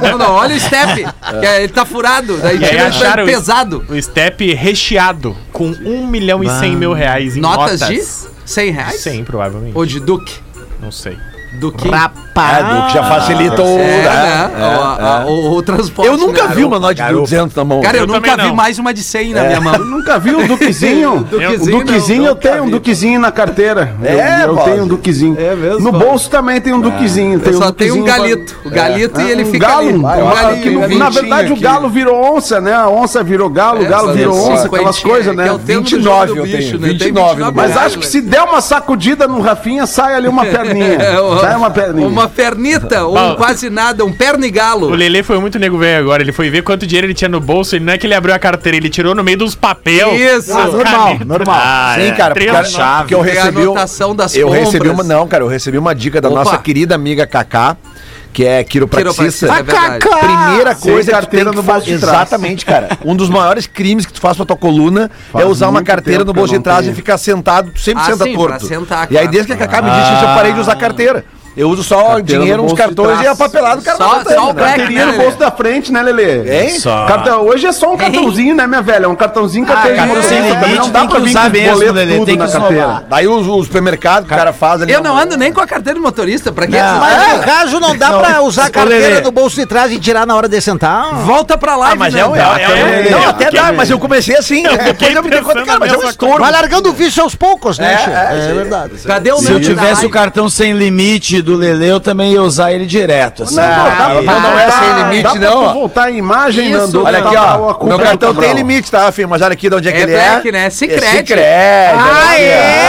Speaker 2: Não, não, olha o estepe. que ele tá furado. Daí
Speaker 6: E aí
Speaker 2: tira ele
Speaker 6: acharam
Speaker 2: pesado.
Speaker 6: O step recheado com 1 milhão e 100 mil reais em
Speaker 2: Notas,
Speaker 6: notas.
Speaker 2: de 100 reais?
Speaker 6: 100, provavelmente.
Speaker 2: Ou de Duque?
Speaker 6: Não sei.
Speaker 2: Duque.
Speaker 3: É,
Speaker 4: Rapaz.
Speaker 3: do que já facilita
Speaker 4: Ah,
Speaker 3: o.
Speaker 2: É,
Speaker 3: né?
Speaker 2: né? o, a- a- o- o transporte.
Speaker 3: Eu nunca
Speaker 2: né?
Speaker 3: vi um uma nota de 200 na mão.
Speaker 2: Cara, eu,
Speaker 6: é. Eu
Speaker 2: nunca
Speaker 6: também
Speaker 2: vi
Speaker 6: não. É.
Speaker 2: mais uma de 100 na minha mão.
Speaker 5: Nunca vi um duquezinho? O
Speaker 2: É, [laughs] Duquezinho,
Speaker 5: duquezinho
Speaker 2: não.
Speaker 5: eu tenho, um duquezinho na carteira.
Speaker 3: É,
Speaker 5: eu, eu
Speaker 3: Bob.
Speaker 5: tenho um duquezinho.
Speaker 2: É mesmo,
Speaker 5: No
Speaker 2: Bob?
Speaker 5: bolso também tem um duquezinho.
Speaker 2: Eu
Speaker 5: um
Speaker 2: só tenho um
Speaker 5: duquezinho pra-
Speaker 2: galito. O galito e ele
Speaker 5: um
Speaker 2: fica
Speaker 5: galo,
Speaker 2: ali.
Speaker 5: um
Speaker 2: Um É,
Speaker 5: galo
Speaker 2: galito
Speaker 5: que
Speaker 2: no
Speaker 5: não-
Speaker 2: 20.
Speaker 5: na verdade, o galo virou onça, né? A onça virou galo, o
Speaker 2: né?
Speaker 5: galo virou onça, aquelas coisas,
Speaker 2: é
Speaker 5: né?
Speaker 3: 29 eu tenho, 29 no
Speaker 5: Mas acho que se der uma sacudida no Rafinha, sai ali uma perninha. sai uma perninha.
Speaker 2: Uma pernita, um
Speaker 6: Bom.
Speaker 2: quase nada, um pernigalo.
Speaker 6: O Lele foi muito nego velho agora. Ele foi ver quanto dinheiro ele tinha no bolso. Ele não é que ele abriu a carteira, ele tirou no meio dos papéis.
Speaker 2: Isso.
Speaker 6: Ah, é,
Speaker 4: normal, normal.
Speaker 5: Ah, é.
Speaker 3: Sim, cara, porque,
Speaker 6: um
Speaker 3: cara, porque eu
Speaker 2: Tem a
Speaker 3: recebi. um-
Speaker 2: anotação das
Speaker 3: eu
Speaker 2: compras.
Speaker 3: recebi uma. Não, cara, eu recebi uma dica da
Speaker 2: Opa.
Speaker 3: nossa querida amiga Kaká, que é quiropraxista.
Speaker 2: Quiropraxista, é verdade.
Speaker 3: A primeira
Speaker 5: Sem
Speaker 3: coisa que tu tem
Speaker 5: carteira
Speaker 3: que
Speaker 5: no
Speaker 3: fa-
Speaker 5: bolso de trás.
Speaker 3: Exatamente, cara. Um dos maiores crimes que tu faz pra tua coluna é
Speaker 5: Faz
Speaker 3: usar uma
Speaker 5: muito
Speaker 3: carteira
Speaker 5: tempo
Speaker 3: no
Speaker 5: que eu
Speaker 3: bolso de
Speaker 5: não
Speaker 3: trás
Speaker 5: tenho.
Speaker 3: e ficar sentado, tu sempre
Speaker 2: Ah,
Speaker 3: senta
Speaker 2: sim, pra
Speaker 3: torto.
Speaker 2: sentar,
Speaker 3: e aí
Speaker 2: claro.
Speaker 3: desde que a Kaká me disse isso, eu parei de usar carteira. Eu uso só
Speaker 5: Ah. Carteira no
Speaker 3: dinheiro, uns
Speaker 5: bolso de
Speaker 3: cartões
Speaker 5: trás.
Speaker 3: e a papelada, cara.
Speaker 2: Só-
Speaker 3: na carteira,
Speaker 2: só o
Speaker 3: né?
Speaker 2: black.
Speaker 5: Carteirinha no bolso da frente, né, Lele?
Speaker 3: Hein?
Speaker 7: Só.
Speaker 5: Cartão, hoje é só um cartãozinho, né, minha velha? É um cartãozinho, carteirinha.
Speaker 7: cartão sem
Speaker 5: Também
Speaker 7: limite,
Speaker 5: né? não dá
Speaker 7: tem
Speaker 5: pra
Speaker 7: que
Speaker 5: vir
Speaker 7: usar
Speaker 5: com
Speaker 7: mesmo,
Speaker 5: boleto
Speaker 7: Lele,
Speaker 5: tudo
Speaker 7: tem que
Speaker 5: na
Speaker 7: usar.
Speaker 5: carteira.
Speaker 3: Daí o, o supermercado, que o cara faz ali.
Speaker 2: Eu não ando nem com a carteira de motorista. Pra quê?
Speaker 7: Não.
Speaker 4: Mas no caso não dá pra usar a carteira
Speaker 7: Lelê.
Speaker 4: no bolso de trás e tirar na hora de sentar.
Speaker 2: Volta pra lá, né?
Speaker 3: Mas é um.
Speaker 6: Não,
Speaker 3: é-
Speaker 6: é-
Speaker 3: é- Não,
Speaker 6: é-
Speaker 3: até
Speaker 6: é-
Speaker 3: dá, mas eu comecei assim. é, Depois eu me dei conta,
Speaker 6: pensando
Speaker 3: cara, mas é um
Speaker 6: nessa
Speaker 3: estouro.
Speaker 4: Vai largando o vício aos poucos, né,
Speaker 3: É,
Speaker 4: Che?
Speaker 3: é, sim.
Speaker 4: verdade.
Speaker 2: Cadê o
Speaker 7: Se
Speaker 2: meu
Speaker 7: eu tivesse
Speaker 2: Jedi?
Speaker 7: o cartão sem limite do Lele, eu também ia usar ele direto. Assim.
Speaker 5: dá pra-
Speaker 3: não, não é sem
Speaker 5: dá-
Speaker 3: limite,
Speaker 5: dá pra
Speaker 3: não,
Speaker 5: tu
Speaker 3: ó.
Speaker 5: voltar a imagem,
Speaker 2: Isso,
Speaker 5: Nando.
Speaker 3: Olha
Speaker 5: Tá,
Speaker 3: aqui,
Speaker 5: tá,
Speaker 3: ó.
Speaker 5: a
Speaker 3: O meu
Speaker 5: culpa
Speaker 3: cartão
Speaker 5: do
Speaker 3: tem
Speaker 5: Cabral.
Speaker 3: limite, tá, filho? Mas olha aqui de onde é que
Speaker 2: É
Speaker 3: ele
Speaker 2: black,
Speaker 3: é.
Speaker 2: né? Cicred.
Speaker 3: É Cicred.
Speaker 4: Ah, é!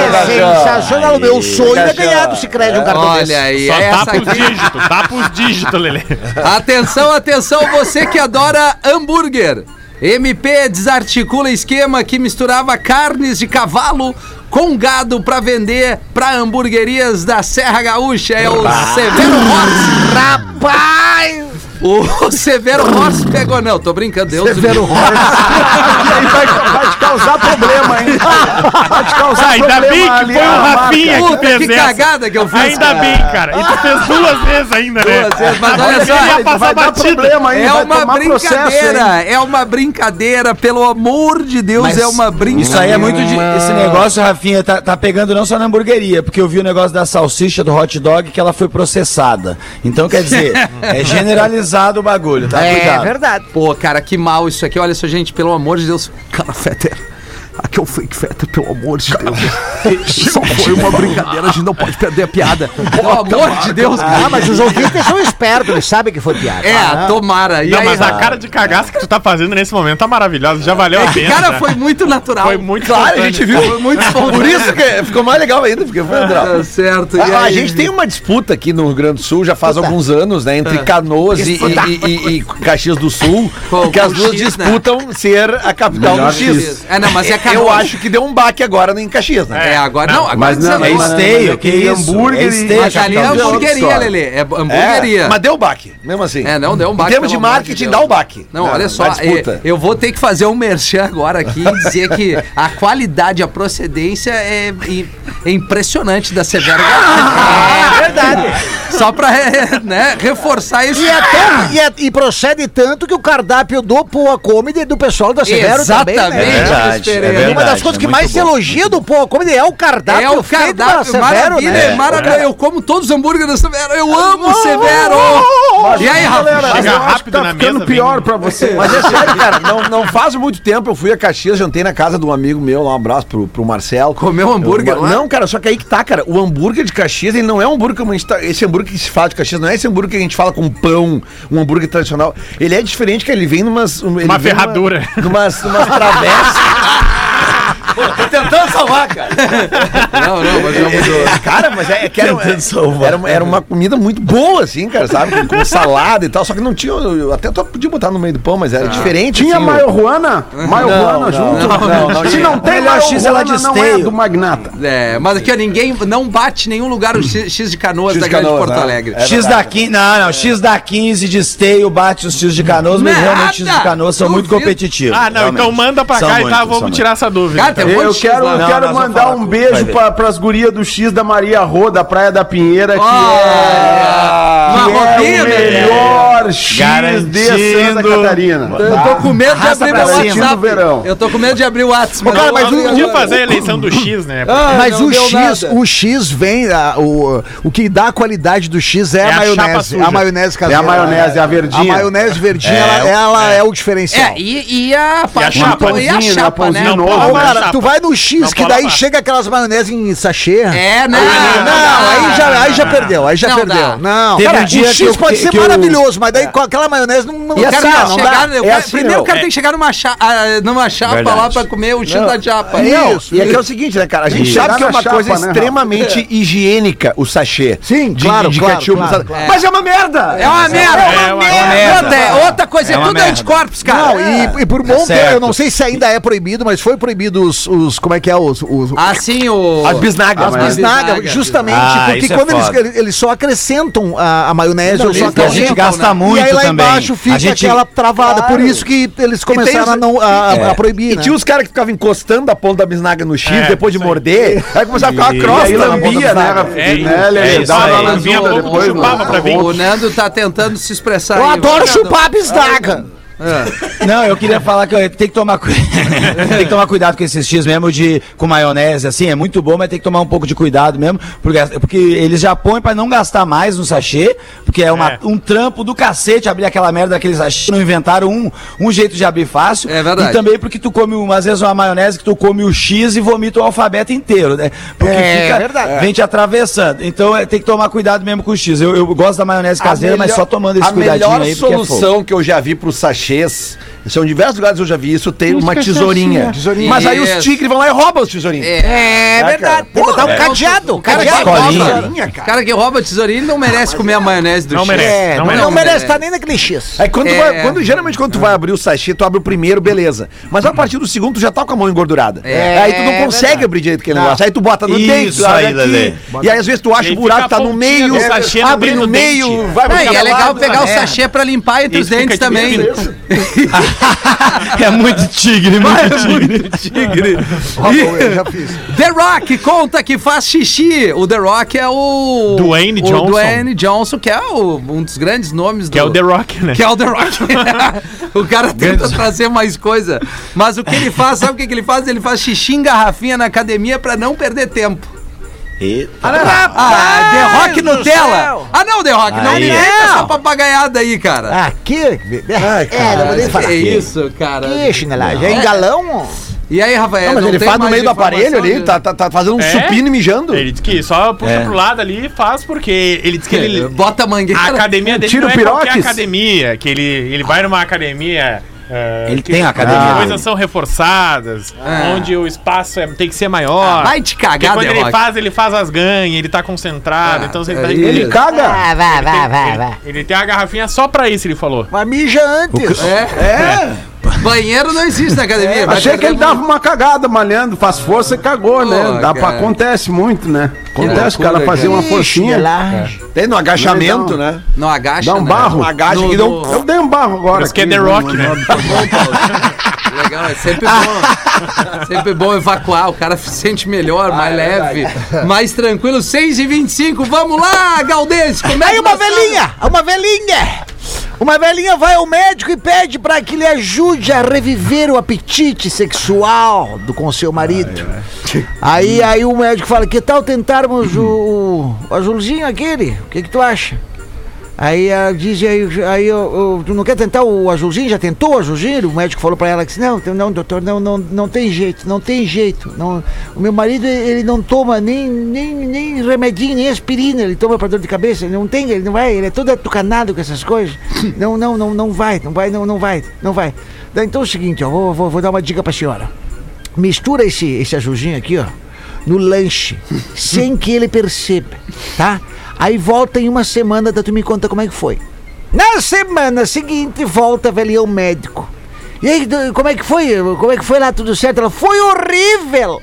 Speaker 3: Sensacional.
Speaker 4: Sensacional. O meu sonho é
Speaker 3: Sensacional.
Speaker 4: ganhar do Cicred um cartão desse.
Speaker 2: Olha aí,
Speaker 6: Só
Speaker 2: é essa
Speaker 6: tapa os
Speaker 2: aqui.
Speaker 6: dígitos, tapa os dígitos, Lele.
Speaker 2: Atenção, atenção, você que adora hambúrguer. MP desarticula esquema que misturava carnes de cavalo com gado para vender para hamburguerias da Serra Gaúcha. É o Severo Horse. Rapaz! O Severo Horse pegou. Não, tô brincando. Deus Severo
Speaker 5: E aí vai, vai te causar problema, hein? Vai te causar
Speaker 6: Ah, ainda bem
Speaker 5: um problema
Speaker 6: que
Speaker 5: ali,
Speaker 6: foi o
Speaker 5: a marca.
Speaker 6: Rafinha que
Speaker 2: Puta,
Speaker 6: fez
Speaker 2: que
Speaker 6: essa.
Speaker 2: cagada que eu fiz.
Speaker 6: Ainda bem, cara. E tu fez duas vezes ainda, né?
Speaker 2: Duas vezes, mas olha
Speaker 6: Ele
Speaker 7: um
Speaker 2: só,
Speaker 6: ia
Speaker 2: ele
Speaker 6: passar
Speaker 5: Vai dar
Speaker 6: batida.
Speaker 5: problema, hein?
Speaker 2: É
Speaker 5: vai
Speaker 2: uma
Speaker 5: tomar
Speaker 2: brincadeira,
Speaker 5: hein?
Speaker 2: é uma brincadeira, pelo amor de Deus,
Speaker 7: Mas
Speaker 2: é uma brincadeira.
Speaker 7: Isso aí é muito. De, esse negócio, Rafinha, tá, tá pegando não só na hamburgueria, porque eu vi o negócio da salsicha do hot dog que ela foi processada. Então, quer dizer, é pesado o bagulho, tá?
Speaker 2: É
Speaker 7: Cuidado.
Speaker 2: verdade. Pô, cara, que mal isso aqui. Olha só, gente, pelo amor de Deus. Cara, Fetter. Aqui é o fake Fetter, pelo amor de Deus. Isso foi uma brincadeira, a gente não pode perder a piada. Pelo amor de Deus, cara.
Speaker 8: Ah, mas os ouvintes são espertos, eles sabem que foi piada.
Speaker 2: É,
Speaker 8: Ah,
Speaker 2: tomara. E
Speaker 6: Não,
Speaker 2: aí,
Speaker 6: mas a cara de cagaço que tu tá fazendo nesse momento tá maravilhosa. Já valeu a pena.
Speaker 2: É, cara,
Speaker 6: já.
Speaker 2: foi muito natural.
Speaker 6: Foi muito
Speaker 3: Claro, a
Speaker 6: espontâneo.
Speaker 3: gente viu. muito
Speaker 4: um
Speaker 3: [laughs] Por isso que ficou mais legal ainda, porque foi natural.
Speaker 2: Tá certo. E
Speaker 3: A, a
Speaker 2: aí,
Speaker 3: gente tem uma disputa aqui no Rio Grande do Sul já faz alguns anos, né?
Speaker 2: Ah.
Speaker 3: Entre Canoas e, e- e- e Caxias do Sul,
Speaker 2: Com-
Speaker 3: que as
Speaker 2: com
Speaker 3: duas
Speaker 2: X, né?
Speaker 3: disputam ser a capital
Speaker 5: Melhor
Speaker 3: do X.
Speaker 2: É, não, mas é
Speaker 3: Eu
Speaker 2: Canoas.
Speaker 3: acho que deu um baque agora em Caxias, né?
Speaker 2: É, agora. Não, agora
Speaker 5: Mas não,
Speaker 2: dezenove.
Speaker 7: É
Speaker 5: Mas-
Speaker 7: esteio,
Speaker 5: mas
Speaker 7: que
Speaker 5: aquele
Speaker 7: isso?
Speaker 5: hambúrguer
Speaker 7: é
Speaker 5: e-
Speaker 7: esteio,
Speaker 2: Mas ali é
Speaker 7: capital.
Speaker 2: hamburgueria,
Speaker 5: história.
Speaker 2: Lelê. É b-
Speaker 3: É,
Speaker 2: hamburgueria.
Speaker 3: mas deu baque, mesmo assim.
Speaker 2: É, não, deu um baque.
Speaker 3: Em termos de
Speaker 2: pelo amor
Speaker 3: marketing,
Speaker 2: Deus.
Speaker 3: dá o baque.
Speaker 2: Não, olha só,
Speaker 3: na disputa.
Speaker 2: é, eu vou ter que fazer um merchan agora aqui e dizer que a qualidade, a procedência é, i- é impressionante da Severo Gaúcho.
Speaker 8: É verdade.
Speaker 2: Só pra é, né, reforçar isso.
Speaker 8: E, até, e, é- e procede tanto que o cardápio do Poa Comedy do pessoal da Severo
Speaker 2: Exatamente,
Speaker 8: também, né?
Speaker 2: Cris Pereira.
Speaker 7: é
Speaker 8: Uma das
Speaker 7: verdade,
Speaker 8: coisas que
Speaker 7: é
Speaker 8: mais
Speaker 7: muito
Speaker 8: se
Speaker 7: bom.
Speaker 8: elogia do Poa Comedy é o cardápio
Speaker 2: É
Speaker 4: Tá
Speaker 2: o
Speaker 8: feito pela
Speaker 2: cardápio maravilha,
Speaker 4: né?
Speaker 2: é maravilha. Eu como todos os hambúrgueres da Severo. Eu amo o Severo. E aí, Rafa?
Speaker 6: Chega
Speaker 5: eu acho
Speaker 6: rápido
Speaker 5: que tá
Speaker 6: na
Speaker 5: ficando
Speaker 6: mesa,
Speaker 5: pior
Speaker 6: vem.
Speaker 5: pra você.
Speaker 3: Mas é sério, cara, não, não faz muito tempo eu fui a Caxias, jantei na casa de um amigo meu, lá um abraço pro, pro Marcelo.
Speaker 2: Comeu hambúrguer
Speaker 3: Eu-
Speaker 2: lá?
Speaker 3: Não, cara, só que aí que tá, cara. O hambúrguer de Caxias, ele não é um hambúrguer como a gente tá. Esse hambúrguer que se fala de Caxias não é esse hambúrguer que a gente fala com pão, um hambúrguer tradicional. Ele é diferente, cara. Ele vem numas. um- ele
Speaker 6: Uma
Speaker 3: vem numa-
Speaker 6: ferradura.
Speaker 3: Numas, numas travessas. Tô tentando salvar, cara.
Speaker 2: Não, não, mas já mudou.
Speaker 3: Cara, mas é, é que era,
Speaker 7: Tentando salvar.
Speaker 3: era, uma- era uma comida muito boa, assim, cara, sabe? Com, com salada e tal. Só que não tinha. eu até tô- podia botar no meio do pão, mas era diferente.
Speaker 5: Tinha
Speaker 3: assim, o-
Speaker 5: maiorruana? Maiorruana junto? Se não tem
Speaker 7: Melhor X, ela
Speaker 5: maiorruana,
Speaker 7: diz
Speaker 5: não é
Speaker 7: esteio.
Speaker 5: do Magnata.
Speaker 2: É, mas aqui ó, ninguém não bate em nenhum lugar o X, X de Canoas
Speaker 3: X
Speaker 2: da
Speaker 3: de
Speaker 2: Grande
Speaker 3: Canoas,
Speaker 2: Porto
Speaker 3: né?
Speaker 2: Alegre.
Speaker 3: É
Speaker 7: X da 15, não, não, X da 15 de esteio bate os X de Canoas, mas
Speaker 2: Nada!
Speaker 7: realmente X de Canoas são muito
Speaker 2: Duvido.
Speaker 7: competitivos.
Speaker 6: Ah, não, então
Speaker 7: realmente.
Speaker 6: manda pra
Speaker 7: São
Speaker 6: cá e
Speaker 7: muito,
Speaker 6: tá,
Speaker 7: são
Speaker 6: vamos
Speaker 7: muito.
Speaker 6: tirar essa dúvida.
Speaker 2: Cara, tem um monte
Speaker 5: Eu
Speaker 2: de
Speaker 5: quero,
Speaker 2: X lá.
Speaker 5: eu
Speaker 7: Não,
Speaker 5: quero
Speaker 7: nós vamos
Speaker 5: mandar
Speaker 7: falar
Speaker 5: um
Speaker 7: com-
Speaker 5: beijo
Speaker 7: vai ver.
Speaker 5: pra, pras gurias do X da Maria Rô, da Praia da Pinheira, que
Speaker 2: Uma
Speaker 5: é, que é
Speaker 2: roupinha,
Speaker 5: o
Speaker 2: Lelê.
Speaker 5: melhor X de Santa
Speaker 6: Garantindo-
Speaker 5: Catarina. Tá.
Speaker 2: Eu tô com medo de
Speaker 7: Arrasta
Speaker 2: abrir
Speaker 7: pra
Speaker 2: meu
Speaker 7: cima.
Speaker 2: WhatsApp.
Speaker 5: verão.
Speaker 2: Eu tô com medo de abrir o WhatsApp. Mas
Speaker 4: cara,
Speaker 2: eu-
Speaker 4: mas o-
Speaker 6: Podia fazer a eleição do X, né?
Speaker 2: um Ah,
Speaker 4: Mas
Speaker 2: não
Speaker 4: o
Speaker 2: deu
Speaker 4: X,
Speaker 2: nada.
Speaker 4: o X vem, a- o, o que dá a qualidade do X é,
Speaker 6: É
Speaker 4: a
Speaker 6: a chapa
Speaker 4: maionese.
Speaker 6: suja.
Speaker 4: A, maionese
Speaker 5: É
Speaker 4: caseira.
Speaker 5: a maionese, é a
Speaker 4: A
Speaker 5: verdinha.
Speaker 4: maionese verdinha, ela, ela é. o diferencial.
Speaker 2: É, e, e a parte
Speaker 6: chapa,
Speaker 2: e a
Speaker 5: pãozinho, né?
Speaker 2: chapa, né?
Speaker 5: Pãozinho
Speaker 6: Não,
Speaker 5: novo.
Speaker 4: Ô,
Speaker 6: pode
Speaker 5: Mas-
Speaker 6: mais
Speaker 4: cara,
Speaker 6: chapa.
Speaker 4: tu vai no X,
Speaker 6: Não
Speaker 4: que
Speaker 6: pode
Speaker 4: daí
Speaker 6: mais.
Speaker 4: chega aquelas maionese em sachê.
Speaker 2: É,
Speaker 4: Não,
Speaker 2: não.
Speaker 4: aí já, aí já
Speaker 6: não,
Speaker 4: perdeu, aí já
Speaker 2: Não
Speaker 4: perdeu.
Speaker 2: dá.
Speaker 4: Não,
Speaker 7: Teve um
Speaker 4: o
Speaker 7: dia
Speaker 4: X
Speaker 7: que eu-
Speaker 4: pode
Speaker 7: que-
Speaker 4: ser
Speaker 7: que eu-
Speaker 4: maravilhoso, mas daí com aquela maionese não, não,
Speaker 2: O
Speaker 4: não,
Speaker 2: cara tá
Speaker 4: não dá.
Speaker 2: chegando, o cara-
Speaker 3: assim,
Speaker 2: primeiro o cara
Speaker 3: meu.
Speaker 2: tem que chegar numa, cha, ah, numa chapa
Speaker 7: Verdade.
Speaker 2: lá pra comer o X da chapa.
Speaker 3: Não,
Speaker 4: Isso,
Speaker 3: e aqui é o seguinte, né, cara? A gente
Speaker 5: Isso.
Speaker 3: sabe que é
Speaker 5: Chegar na
Speaker 3: uma
Speaker 5: chapa,
Speaker 3: coisa
Speaker 5: né, Rafa?
Speaker 3: higiênicamente higiênica o sachê.
Speaker 4: Sim,
Speaker 3: de,
Speaker 4: claro,
Speaker 3: de
Speaker 4: claro,
Speaker 3: ketchup,
Speaker 4: claro,
Speaker 3: sabe?
Speaker 4: claro.
Speaker 3: Mas é uma merda!
Speaker 2: É uma merda.
Speaker 6: É uma merda.
Speaker 2: Outra, é outra coisa, é,
Speaker 7: É uma
Speaker 2: tudo
Speaker 7: merda.
Speaker 2: anticorpos, cara.
Speaker 4: Não, e, e por um bom tempo,
Speaker 7: certo.
Speaker 4: eu não sei se ainda é proibido, mas foi proibido os, os como é que é, os, os
Speaker 2: Assim o...
Speaker 3: As bisnagas.
Speaker 4: as
Speaker 3: né?
Speaker 4: bisnagas,
Speaker 2: bisnaga.
Speaker 4: justamente
Speaker 7: Ah,
Speaker 4: porque
Speaker 7: isso é
Speaker 4: quando eles-
Speaker 7: foda.
Speaker 4: eles, eles só acrescentam a, a maionese ou só
Speaker 7: Porque
Speaker 2: eles
Speaker 7: a
Speaker 4: acrescentam,
Speaker 7: gente
Speaker 2: Então,
Speaker 7: gasta
Speaker 2: né?
Speaker 7: muito
Speaker 4: e aí lá
Speaker 7: também.
Speaker 4: embaixo fica
Speaker 7: a gente...
Speaker 4: aquela travada, por isso que eles começaram
Speaker 3: os- É.
Speaker 4: a, não, a, a proibir,
Speaker 3: E
Speaker 4: né?
Speaker 3: tinha os caras que ficavam encostando a ponta da bisnaga no X
Speaker 6: É,
Speaker 3: depois de
Speaker 6: isso aí.
Speaker 3: morder, aí começava a ficar uma
Speaker 7: E-
Speaker 3: crosta
Speaker 5: E aí
Speaker 3: na ponta da
Speaker 5: lambia, né?
Speaker 3: bisnaga.
Speaker 5: Rafa?
Speaker 6: É isso,
Speaker 5: Né,
Speaker 7: é
Speaker 5: Lele?
Speaker 7: isso
Speaker 5: Dava
Speaker 7: aí.
Speaker 5: uma
Speaker 6: Vinha
Speaker 5: lambida
Speaker 6: pouco,
Speaker 5: depois,
Speaker 6: chupava
Speaker 5: mano.
Speaker 6: pra mim.
Speaker 2: O Nando tá tentando se expressar
Speaker 4: Eu
Speaker 2: aí,
Speaker 4: adoro
Speaker 2: Nando.
Speaker 4: chupar a bisnaga.
Speaker 7: É. Não, eu queria falar que eu- tem que tomar cu- [laughs] tem que tomar cuidado com esses X mesmo de com maionese assim, é muito bom, mas tem que tomar um pouco de cuidado mesmo, porque, porque eles já põem pra não gastar mais no sachê, porque é, uma-
Speaker 6: É.
Speaker 7: um trampo do cacete abrir aquela merda daqueles sachê, não inventaram um, um jeito de abrir fácil.
Speaker 2: É verdade.
Speaker 7: E também porque tu come um- às vezes uma maionese que tu come o X e vomita o alfabeto inteiro, né? Porque
Speaker 4: É
Speaker 7: fica
Speaker 4: verdade.
Speaker 7: vem te atravessando. Então é, tem que tomar cuidado mesmo com o X. Eu, eu gosto da maionese caseira, mas só tomando esse
Speaker 3: A melhor
Speaker 7: cuidadinho aí porque é fogo.
Speaker 3: solução que eu já vi pros sachês, são diversos lugares que eu já vi isso, tem uma tesourinha.
Speaker 4: Tesourinha.
Speaker 3: Mas aí os
Speaker 2: Isso.
Speaker 3: tigres vão lá e roubam os tesourinhas.
Speaker 2: É, é verdade.
Speaker 4: Tem que botar um
Speaker 2: É.
Speaker 4: cadeado,
Speaker 2: O cara,
Speaker 4: cadeado.
Speaker 2: que rouba,
Speaker 7: Escolinha,
Speaker 2: o cara que rouba a tesourinha ele não merece comer a maionese do
Speaker 6: Não
Speaker 2: X.
Speaker 6: merece.
Speaker 4: É,
Speaker 6: Não
Speaker 4: não,
Speaker 6: merece.
Speaker 4: não merece estar nem naquele X.
Speaker 3: Aí quando, tu
Speaker 2: É.
Speaker 3: vai- quando- geralmente quando tu vai abrir o sachê, tu abre o primeiro, beleza. Mas a partir do segundo, tu já tá com a mão engordurada.
Speaker 2: É,
Speaker 3: aí tu não
Speaker 2: é
Speaker 3: consegue abrir direito aquele negócio. Aí tu bota no
Speaker 7: Isso
Speaker 3: dente, tu abre
Speaker 7: aí, Lelê.
Speaker 3: E aí às vezes tu acha o
Speaker 6: E aí
Speaker 3: buraco,
Speaker 6: fica
Speaker 3: tá
Speaker 6: a
Speaker 3: no
Speaker 6: pontinha
Speaker 3: meio,
Speaker 6: do sachê no
Speaker 3: abre
Speaker 6: meio
Speaker 3: no
Speaker 6: do
Speaker 3: meio,
Speaker 6: dente.
Speaker 3: [laughs] vai
Speaker 2: Não, e é legal pegar o
Speaker 3: sachê.
Speaker 2: sachê pra limpar entre
Speaker 6: E
Speaker 2: os
Speaker 6: fica
Speaker 2: dentes
Speaker 6: de
Speaker 2: também.
Speaker 6: beleza.
Speaker 7: É muito tigre, muito tigre.
Speaker 6: [laughs]
Speaker 2: Tigre.
Speaker 4: eu já fiz.
Speaker 2: The Rock conta que faz xixi. O The Rock é o.
Speaker 6: Dwayne
Speaker 2: o
Speaker 6: Johnson.
Speaker 2: Dwayne Johnson, que é o- um dos grandes nomes do.
Speaker 6: Que é o The Rock, né?
Speaker 2: Que é o The
Speaker 3: [laughs]
Speaker 2: Rock. o cara tenta trazer mais coisa. Mas o que ele faz, sabe o que que ele faz? Ele faz xixi em garrafinha na academia pra não perder tempo.
Speaker 7: E...
Speaker 2: Ah, The Rock Nutella. Ah, não, The Rock, não
Speaker 7: Aí.
Speaker 2: me
Speaker 7: Não.
Speaker 2: inventa essa papagaiada aí, cara.
Speaker 4: Aqui.
Speaker 3: Ai,
Speaker 4: é, não vou nem falar.
Speaker 2: É isso, cara.
Speaker 4: Que chinelagem. É em galão?
Speaker 2: E aí, Rafael?
Speaker 3: Não, mas ele
Speaker 2: tem
Speaker 3: faz no
Speaker 2: mais
Speaker 3: meio do aparelho
Speaker 2: informação
Speaker 3: ali,
Speaker 2: de-
Speaker 3: tá, tá, tá fazendo um
Speaker 6: É?
Speaker 3: supino e mijando.
Speaker 6: Ele disse que só puxa
Speaker 7: É.
Speaker 6: pro lado ali e faz, porque ele disse que ele.
Speaker 2: Bota a mangueira.
Speaker 6: A academia dele não
Speaker 5: Tira o
Speaker 6: é qualquer
Speaker 5: piroques?
Speaker 6: academia, que ele, ele vai numa academia... é,
Speaker 7: Ele
Speaker 6: que
Speaker 7: tem
Speaker 6: as
Speaker 7: academia.
Speaker 6: coisas são reforçadas,
Speaker 2: Ah.
Speaker 6: onde o espaço é- tem que ser maior.
Speaker 2: Ah, vai te cagar,
Speaker 6: Porque quando
Speaker 2: The
Speaker 6: ele
Speaker 2: Rock.
Speaker 6: faz, ele faz as ganhas, ele tá
Speaker 2: Ah,
Speaker 6: concentrado, então você
Speaker 2: é
Speaker 6: tá...
Speaker 2: isso.
Speaker 5: Ele caga.
Speaker 4: Ah, vai, vai,
Speaker 6: ele,
Speaker 4: vai, vai.
Speaker 6: ele tem a garrafinha só pra isso, ele falou.
Speaker 4: Mas mija antes.
Speaker 2: É. Banheiro não existe na
Speaker 6: É,
Speaker 2: academia. vai
Speaker 5: Achei
Speaker 2: fazer
Speaker 5: que ele
Speaker 2: um-
Speaker 5: dava uma cagada malhando, faz força e cagou,
Speaker 2: Pô,
Speaker 5: né? Dá pra,
Speaker 2: cara.
Speaker 5: acontece muito, né? Acontece, o
Speaker 2: loucura,
Speaker 5: cara fazer
Speaker 2: cara.
Speaker 5: uma
Speaker 4: Ih,
Speaker 5: forcinha,
Speaker 4: chinelagem.
Speaker 3: Tem no agachamento,
Speaker 5: Ele dá
Speaker 3: né?
Speaker 2: Não agacha,
Speaker 5: dá um
Speaker 2: né?
Speaker 5: barro.
Speaker 3: agacha
Speaker 2: No-
Speaker 3: que
Speaker 2: no-
Speaker 5: Eu dei um barro agora.
Speaker 6: Por isso que é
Speaker 5: aqui,
Speaker 6: The
Speaker 5: no-
Speaker 6: Rock, né?
Speaker 2: Bom, Paulo. Legal, é
Speaker 7: [laughs]
Speaker 2: sempre bom. sempre bom evacuar, o cara se sente
Speaker 7: Ah,
Speaker 2: melhor, mais
Speaker 7: é
Speaker 2: leve, mais tranquilo. 6h25, vamos lá, Galdês. Como é
Speaker 4: Aí
Speaker 2: que
Speaker 4: uma
Speaker 2: nós estamos?
Speaker 4: velhinha, uma velhinha. Uma velhinha vai ao médico e pede pra que ele ajude a reviver o apetite sexual do com seu marido. Aí, aí o médico fala: "Que tal tentarmos o, o azulzinho aquele? O que que tu acha?" Aí ela diz, aí, aí eu, eu- tu não quer tentar o azulzinho? Já tentou o azulzinho? O médico falou pra ela que não, não, doutor, não, não, não tem jeito, não tem jeito. Não, o meu marido, ele não toma nem, nem, nem remedinho, nem aspirina, ele toma pra dor de cabeça, ele não tem, ele não vai, ele é todo atucanado com essas coisas. Não, não, não, não vai, não vai, não, não vai, não vai. Daí, Então é o seguinte, ó, vou, vou, vou dar uma dica pra senhora. Mistura esse, esse azulzinho aqui, ó, no lanche, sem que ele perceba, tá? Aí volta em uma semana, daí tu me conta como é que foi. Na semana seguinte, volta, velho, e é o médico. E aí, do- como é que foi? Como é que foi lá? Tudo certo? Ela, foi horrível!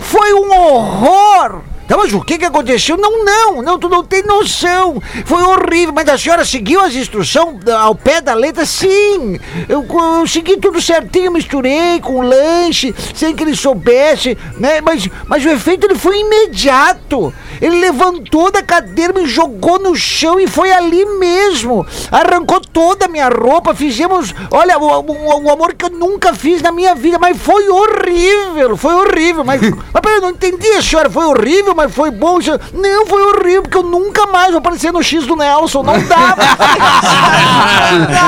Speaker 4: Foi um horror! Tá, mas o que que aconteceu? Não, não, não, tu não tem noção. Foi horrível, mas a senhora seguiu as instruções ao pé da letra? Sim. Eu, eu segui tudo certinho, misturei com lanche, sem que ele soubesse, né? Mas, mas o efeito ele foi imediato. Ele levantou da cadeira, me jogou no chão e foi ali mesmo. Arrancou toda a minha roupa, fizemos, olha, o, o- o amor que eu nunca fiz na minha vida, mas foi horrível, foi horrível. Mas, mas peraí, eu não entendi a senhora, foi horrível, mas foi bom. senhora? Não, foi horrível, porque eu nunca mais vou aparecer no X do Nelson, não dá.
Speaker 2: [laughs]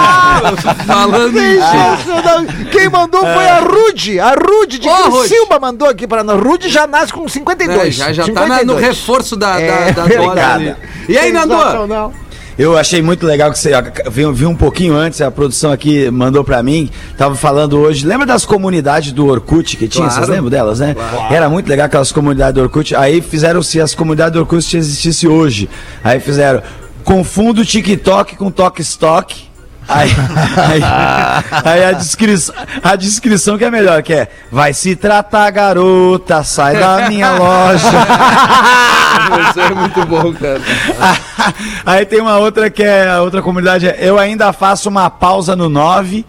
Speaker 2: Falando em É.
Speaker 4: Sensacional. Quem mandou foi a Rude, a Rude de
Speaker 2: Ô, Rude.
Speaker 4: Silva mandou aqui para nós. Rude já nasce com 52.
Speaker 2: É, já já tá na- no
Speaker 4: 52.
Speaker 2: reforço da, da,
Speaker 7: [laughs]
Speaker 4: É,
Speaker 2: da dose
Speaker 4: obrigado.
Speaker 2: ali. E aí, Nando?
Speaker 7: né?
Speaker 2: [laughs]
Speaker 7: Eu achei muito legal que você viu, um pouquinho antes, a produção aqui mandou pra mim, tava falando hoje, lembra das comunidades do Orkut que tinha,
Speaker 2: Claro.
Speaker 7: vocês lembram delas, né? Era muito legal aquelas comunidades do Orkut, aí fizeram se as comunidades do Orkut existissem hoje. Aí fizeram, confundo TikTok com Tok Aí, [laughs] aí- aí a, descrição, a descrição que é melhor, que é Vai se tratar, garota, sai da minha loja
Speaker 2: Isso é muito bom, cara.
Speaker 7: Ah, [laughs] Aí tem uma outra que é a outra comunidade. é, Eu ainda faço uma pausa no 9,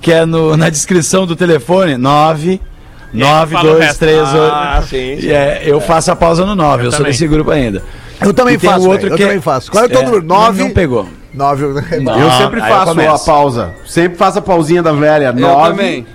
Speaker 7: que é no- na descrição do telefone. 9.
Speaker 6: aí
Speaker 7: 9,
Speaker 6: fala o
Speaker 7: 2,
Speaker 6: resto.
Speaker 7: 3, 8.
Speaker 6: Ah, sim, sim.
Speaker 7: É, eu faço a pausa no 9, eu, sou
Speaker 6: também.
Speaker 7: desse grupo ainda.
Speaker 9: Eu também
Speaker 7: E tem
Speaker 9: faço,
Speaker 7: o outro
Speaker 9: velho, eu
Speaker 7: que-
Speaker 9: também faço. Qual é o teu número?
Speaker 7: não-
Speaker 9: Nove?
Speaker 7: Não pegou.
Speaker 9: Nove.
Speaker 5: [laughs]
Speaker 9: né?
Speaker 5: Eu sempre
Speaker 7: aí
Speaker 5: faço
Speaker 7: começo.
Speaker 5: a pausa. Sempre faço a pausinha da velha.
Speaker 2: Eu
Speaker 5: Nove.
Speaker 2: também.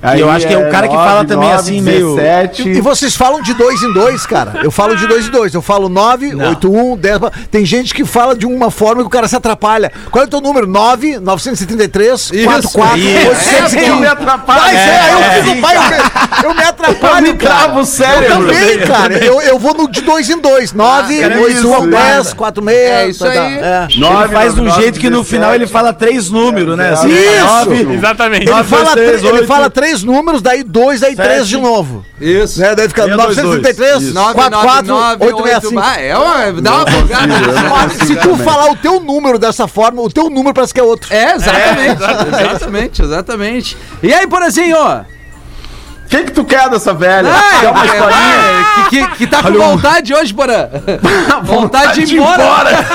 Speaker 5: Aí
Speaker 7: Eu acho que é um cara que fala também assim, meio-
Speaker 5: 17.
Speaker 9: E vocês falam de dois em dois, cara. Eu falo de dois em dois. Eu falo nove,
Speaker 7: Não.
Speaker 9: oito, um, dez. Tem gente que fala de uma forma que o cara se atrapalha. Qual é o teu número? Nove, 933,
Speaker 2: Isso.
Speaker 9: 44,
Speaker 4: É,
Speaker 7: Isso.
Speaker 9: 815.
Speaker 5: me
Speaker 9: Mas
Speaker 5: atrapalha.
Speaker 9: é, eu fico, pai, eu me, eu me atrapalho,
Speaker 5: Eu me travo o
Speaker 9: cara. Eu
Speaker 5: cérebro.
Speaker 9: também, cara. Eu, eu vou no de dois em dois. Nove,
Speaker 4: Ah,
Speaker 5: cara, é
Speaker 9: oito,
Speaker 5: isso,
Speaker 9: um,
Speaker 5: cara.
Speaker 9: dez, quatro, meia.
Speaker 2: É isso
Speaker 9: tá, tá.
Speaker 2: aí.
Speaker 9: É.
Speaker 7: ele faz de um jeito que no final ele fala três números, né? Assim,
Speaker 9: Isso!
Speaker 6: Exatamente.
Speaker 9: Ele,
Speaker 7: Nove,
Speaker 9: fala,
Speaker 7: dois, três,
Speaker 9: tre- ele
Speaker 7: oito.
Speaker 9: fala três números, daí dois, daí três de novo.
Speaker 2: Isso.
Speaker 9: Né? Daí fica
Speaker 7: Meia, dois, dois.
Speaker 9: 933,
Speaker 7: Isso.
Speaker 9: 44, 865.
Speaker 2: Ah, é, né? ó, dá uma bugada.
Speaker 9: Olha, se tu falar o teu número dessa forma, o teu número parece que é outro.
Speaker 2: É, exatamente. exatamente, exatamente. E aí, Porazinho?
Speaker 5: O que, que tu quer dessa velha?
Speaker 2: Ah,
Speaker 5: Quer uma
Speaker 2: é,
Speaker 5: historinha?
Speaker 2: é, que, que, que tá com vontade hoje, Porã. [laughs] vontade, de ir embora.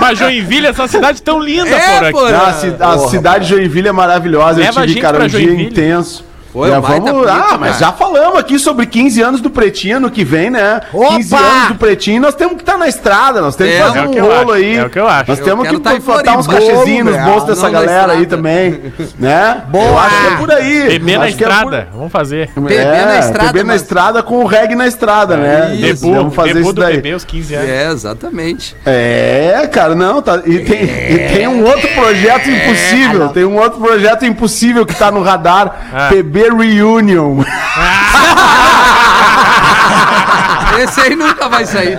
Speaker 6: Mas Joinville, essa cidade tão linda,
Speaker 2: É,
Speaker 6: porra.
Speaker 2: porra.
Speaker 5: Ah, a ci- a cidade de Joinville é maravilhosa.
Speaker 6: Leva a
Speaker 5: eu tive,
Speaker 6: gente
Speaker 5: cara,
Speaker 6: pra
Speaker 5: um dia
Speaker 6: Joinville.
Speaker 5: intenso.
Speaker 2: Pô, é
Speaker 5: já
Speaker 2: um baita
Speaker 5: vamos,
Speaker 2: apito,
Speaker 5: ah, mas
Speaker 2: cara.
Speaker 5: já falamos aqui sobre 15 anos do Pretinho ano que vem, né?
Speaker 8: Opa!
Speaker 5: 15 anos do Pretinho, nós temos que estar na estrada, nós temos
Speaker 2: É,
Speaker 5: que fazer
Speaker 6: é o
Speaker 5: um
Speaker 6: que eu
Speaker 5: rolo
Speaker 6: acho,
Speaker 5: aí.
Speaker 6: é o que eu acho.
Speaker 5: Nós
Speaker 2: Eu
Speaker 5: temos
Speaker 2: quero
Speaker 5: que
Speaker 2: tá em
Speaker 5: botar uns
Speaker 2: Floripa.
Speaker 5: cachezinhos nos
Speaker 2: Bolo,
Speaker 5: bolsos
Speaker 2: meu,
Speaker 5: dessa
Speaker 2: não na
Speaker 5: galera aí
Speaker 2: estrada.
Speaker 5: também, né?
Speaker 8: Boa!
Speaker 5: Eu acho que é por aí.
Speaker 6: Beber na
Speaker 5: Acho que é por-
Speaker 6: estrada. Vamos fazer.
Speaker 5: É,
Speaker 2: Beber na estrada,
Speaker 5: Beber na
Speaker 2: mas-
Speaker 5: estrada com o reggae na estrada, né?
Speaker 2: Isso.
Speaker 5: Nós Vamos fazer isso
Speaker 6: do
Speaker 5: daí.
Speaker 6: bebê, os 15 anos.
Speaker 2: É, exatamente.
Speaker 5: É, cara, não, tá. E tem,
Speaker 2: É.
Speaker 5: e tem um outro projeto
Speaker 2: Ah,
Speaker 5: impossível. Tem um outro projeto impossível que tá no radar:
Speaker 6: Ah.
Speaker 2: [laughs]
Speaker 5: PB Reunion.
Speaker 2: Esse aí nunca vai sair.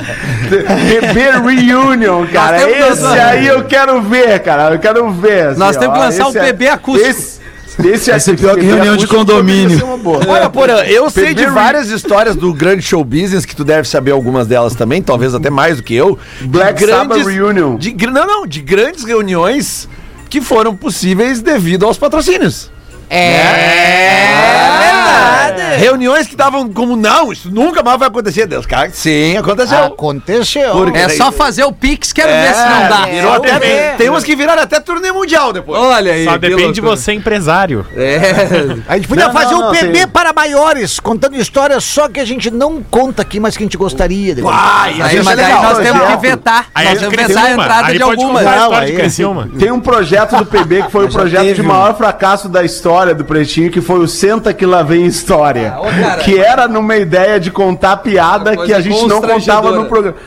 Speaker 5: PB Reunion, cara.
Speaker 2: temos que
Speaker 5: Esse
Speaker 2: lançar-
Speaker 5: aí eu quero ver, cara. Eu quero ver. assim,
Speaker 2: Nós temos que
Speaker 5: ó,
Speaker 2: lançar
Speaker 5: esse
Speaker 2: o
Speaker 5: é-
Speaker 2: PB acústico.
Speaker 5: Esse, esse, é
Speaker 7: Vai ser pior que reunião de condomínio.
Speaker 3: Olha, Porã, eu sei de
Speaker 5: Beber-
Speaker 3: várias histórias do grande show business, que tu deve saber algumas delas também, talvez até mais do que eu. de
Speaker 5: Black Sabbath Reunion.
Speaker 3: de gr- não, não, de grandes reuniões que foram possíveis devido aos patrocínios.
Speaker 2: É.
Speaker 3: É, verdade. Reuniões que estavam como, não, isso nunca mais vai acontecer. Deus, cara, sim,
Speaker 4: é
Speaker 3: aconteceu.
Speaker 4: Ah,
Speaker 8: Aconteceu.
Speaker 3: Por-
Speaker 2: É só fazer o Pix, quero ver se
Speaker 6: É,
Speaker 2: não dá.
Speaker 3: virou até-
Speaker 6: depende.
Speaker 3: tem umas que viraram até turnê mundial depois.
Speaker 2: Olha aí.
Speaker 6: Só
Speaker 2: que
Speaker 6: depende de
Speaker 2: loucura.
Speaker 6: você, empresário.
Speaker 2: É.
Speaker 8: A gente podia
Speaker 5: Não,
Speaker 8: fazer
Speaker 5: não,
Speaker 8: um
Speaker 5: não,
Speaker 8: PB
Speaker 5: tem-
Speaker 8: para maiores, contando histórias só que a gente não conta aqui, mas que a gente gostaria. de-
Speaker 3: Ai,
Speaker 2: Aí, mas daí nós temos que vetar.
Speaker 6: é Aí
Speaker 2: nós
Speaker 6: é de
Speaker 2: temos que vetar a
Speaker 6: Criciúma.
Speaker 2: entrada
Speaker 6: Aí
Speaker 2: de
Speaker 6: pode
Speaker 2: algumas.
Speaker 6: contar a
Speaker 8: Não,
Speaker 6: história de
Speaker 8: aí-
Speaker 5: [laughs]
Speaker 6: Criciúma.
Speaker 5: Tem um projeto do
Speaker 2: [laughs]
Speaker 5: PB que foi o projeto
Speaker 2: um.
Speaker 5: de maior fracasso da história do Pretinho, que foi o Senta Que Lá Vem História.
Speaker 2: Ah, ô, cara.
Speaker 5: que era numa ideia de contar
Speaker 2: Uma
Speaker 5: piada
Speaker 2: coisa
Speaker 5: que a gente não contava no
Speaker 2: constrangedora. É,
Speaker 5: programa.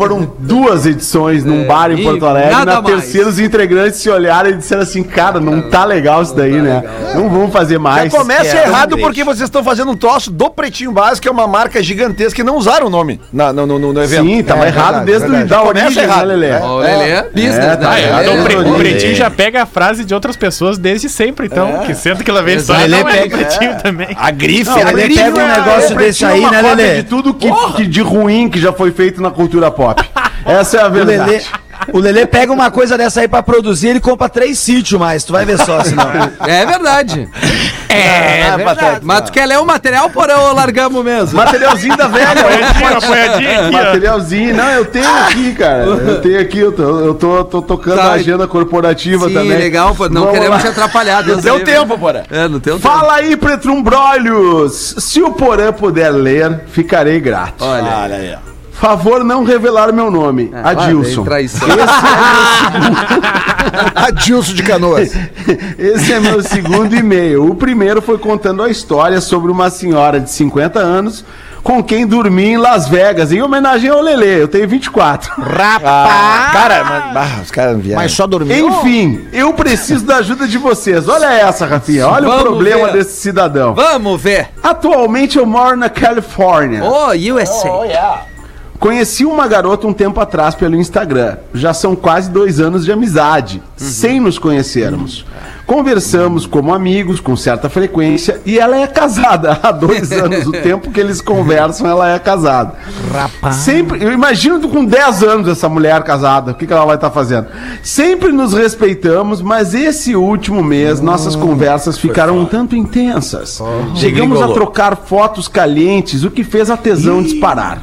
Speaker 5: Foram duas edições num bar em
Speaker 2: e
Speaker 5: Porto Alegre.
Speaker 2: nada
Speaker 5: na
Speaker 2: mais.
Speaker 5: terceira, os integrantes se olharam e disseram assim: Cara, não tá legal isso daí, né?
Speaker 2: é.
Speaker 5: Não vamos fazer mais.
Speaker 3: Já começa
Speaker 5: É,
Speaker 3: errado
Speaker 5: não
Speaker 3: porque vocês estão fazendo um troço do Pretinho Básico, que é uma marca gigantesca e não usaram o nome na- no, no- no- no evento.
Speaker 5: Sim, tava
Speaker 4: É,
Speaker 5: errado
Speaker 4: verdade,
Speaker 5: desde o
Speaker 4: verdade.
Speaker 5: da
Speaker 3: Começa
Speaker 5: origem, né,
Speaker 3: errado.
Speaker 5: Lelê?
Speaker 2: Ó, o Lelê é business,
Speaker 5: É,
Speaker 2: né?
Speaker 5: tá
Speaker 6: Ah,
Speaker 2: Lelê
Speaker 6: é,
Speaker 5: errado.
Speaker 6: então o, Pre- o
Speaker 5: É.
Speaker 6: Pretinho já pega a frase de outras pessoas desde sempre, então. Que senta que lá vem a história.
Speaker 7: Ele
Speaker 6: Não é do
Speaker 7: pega-
Speaker 6: Pretinho também.
Speaker 3: A grife,
Speaker 7: Não,
Speaker 3: né?
Speaker 7: Lelê
Speaker 3: Grife
Speaker 7: pega um
Speaker 3: é-
Speaker 7: negócio
Speaker 3: é
Speaker 7: desse aí,
Speaker 5: uma
Speaker 7: né,
Speaker 5: cópia
Speaker 7: Lelê?
Speaker 5: De tudo que, que de ruim que já foi feito na
Speaker 7: [laughs]
Speaker 5: cultura pop. Essa é a
Speaker 7: O
Speaker 5: verdade.
Speaker 7: Lelê, o Lelê pega uma coisa dessa aí pra produzir, ele compra três sítios mais. Tu vai ver só, senão.
Speaker 2: É verdade.
Speaker 3: É, é verdade.
Speaker 2: Mas tu quer ler o material, porão, ou largamos mesmo?
Speaker 5: Materialzinho
Speaker 7: [laughs]
Speaker 5: da velha.
Speaker 6: Apoiadinho, apoiadinho aqui, ó.
Speaker 5: Materialzinho, não, eu tenho aqui, cara. Eu tenho aqui, eu tô, eu tô, tô tocando
Speaker 2: Tá.
Speaker 5: a agenda corporativa
Speaker 2: Sim,
Speaker 5: também.
Speaker 2: legal, pô. Não
Speaker 5: Vamos
Speaker 2: queremos
Speaker 5: lá.
Speaker 2: te atrapalhar. Deus
Speaker 3: No teu
Speaker 2: livre.
Speaker 3: tempo, porra.
Speaker 2: É, no teu tempo.
Speaker 5: Fala aí, Pretrumbrolhos! Se o Porã puder ler, ficarei grato.
Speaker 2: Olha. É,
Speaker 5: Favor não revelar meu nome. Adilson.
Speaker 2: Olha, traição.
Speaker 4: Adilson Ah, de Canoas.
Speaker 5: [laughs] Esse é meu segundo e-mail. O primeiro foi contando a história sobre uma senhora de 50 anos com quem dormi em Las Vegas, em homenagem ao Lelê. Eu tenho 24.
Speaker 3: [laughs] Ah, cara, mas, ah, os caras não vieram.
Speaker 4: Mas só dormiu.
Speaker 5: [laughs] Enfim, eu preciso da ajuda de vocês. Olha essa, Rafinha. Olha
Speaker 2: Vamos
Speaker 5: o problema
Speaker 2: ver.
Speaker 5: desse cidadão.
Speaker 2: Vamos ver.
Speaker 5: Atualmente eu moro na Califórnia.
Speaker 2: Oh, USA.
Speaker 5: Conheci uma garota um tempo atrás pelo Instagram. Já são quase dois anos de amizade, sem nos conhecermos. Conversamos como amigos com certa frequência e ela é casada. [laughs] Há dois anos, o tempo que eles conversam, ela é casada. Rapaz. Sempre, eu imagino tu com 10 anos essa mulher casada, o que, que ela vai estar fazendo? Sempre nos respeitamos, mas esse último mês nossas conversas ficaram um tanto intensas. Chegamos a
Speaker 3: Degringolou.
Speaker 5: trocar fotos calientes, o que fez a tesão disparar.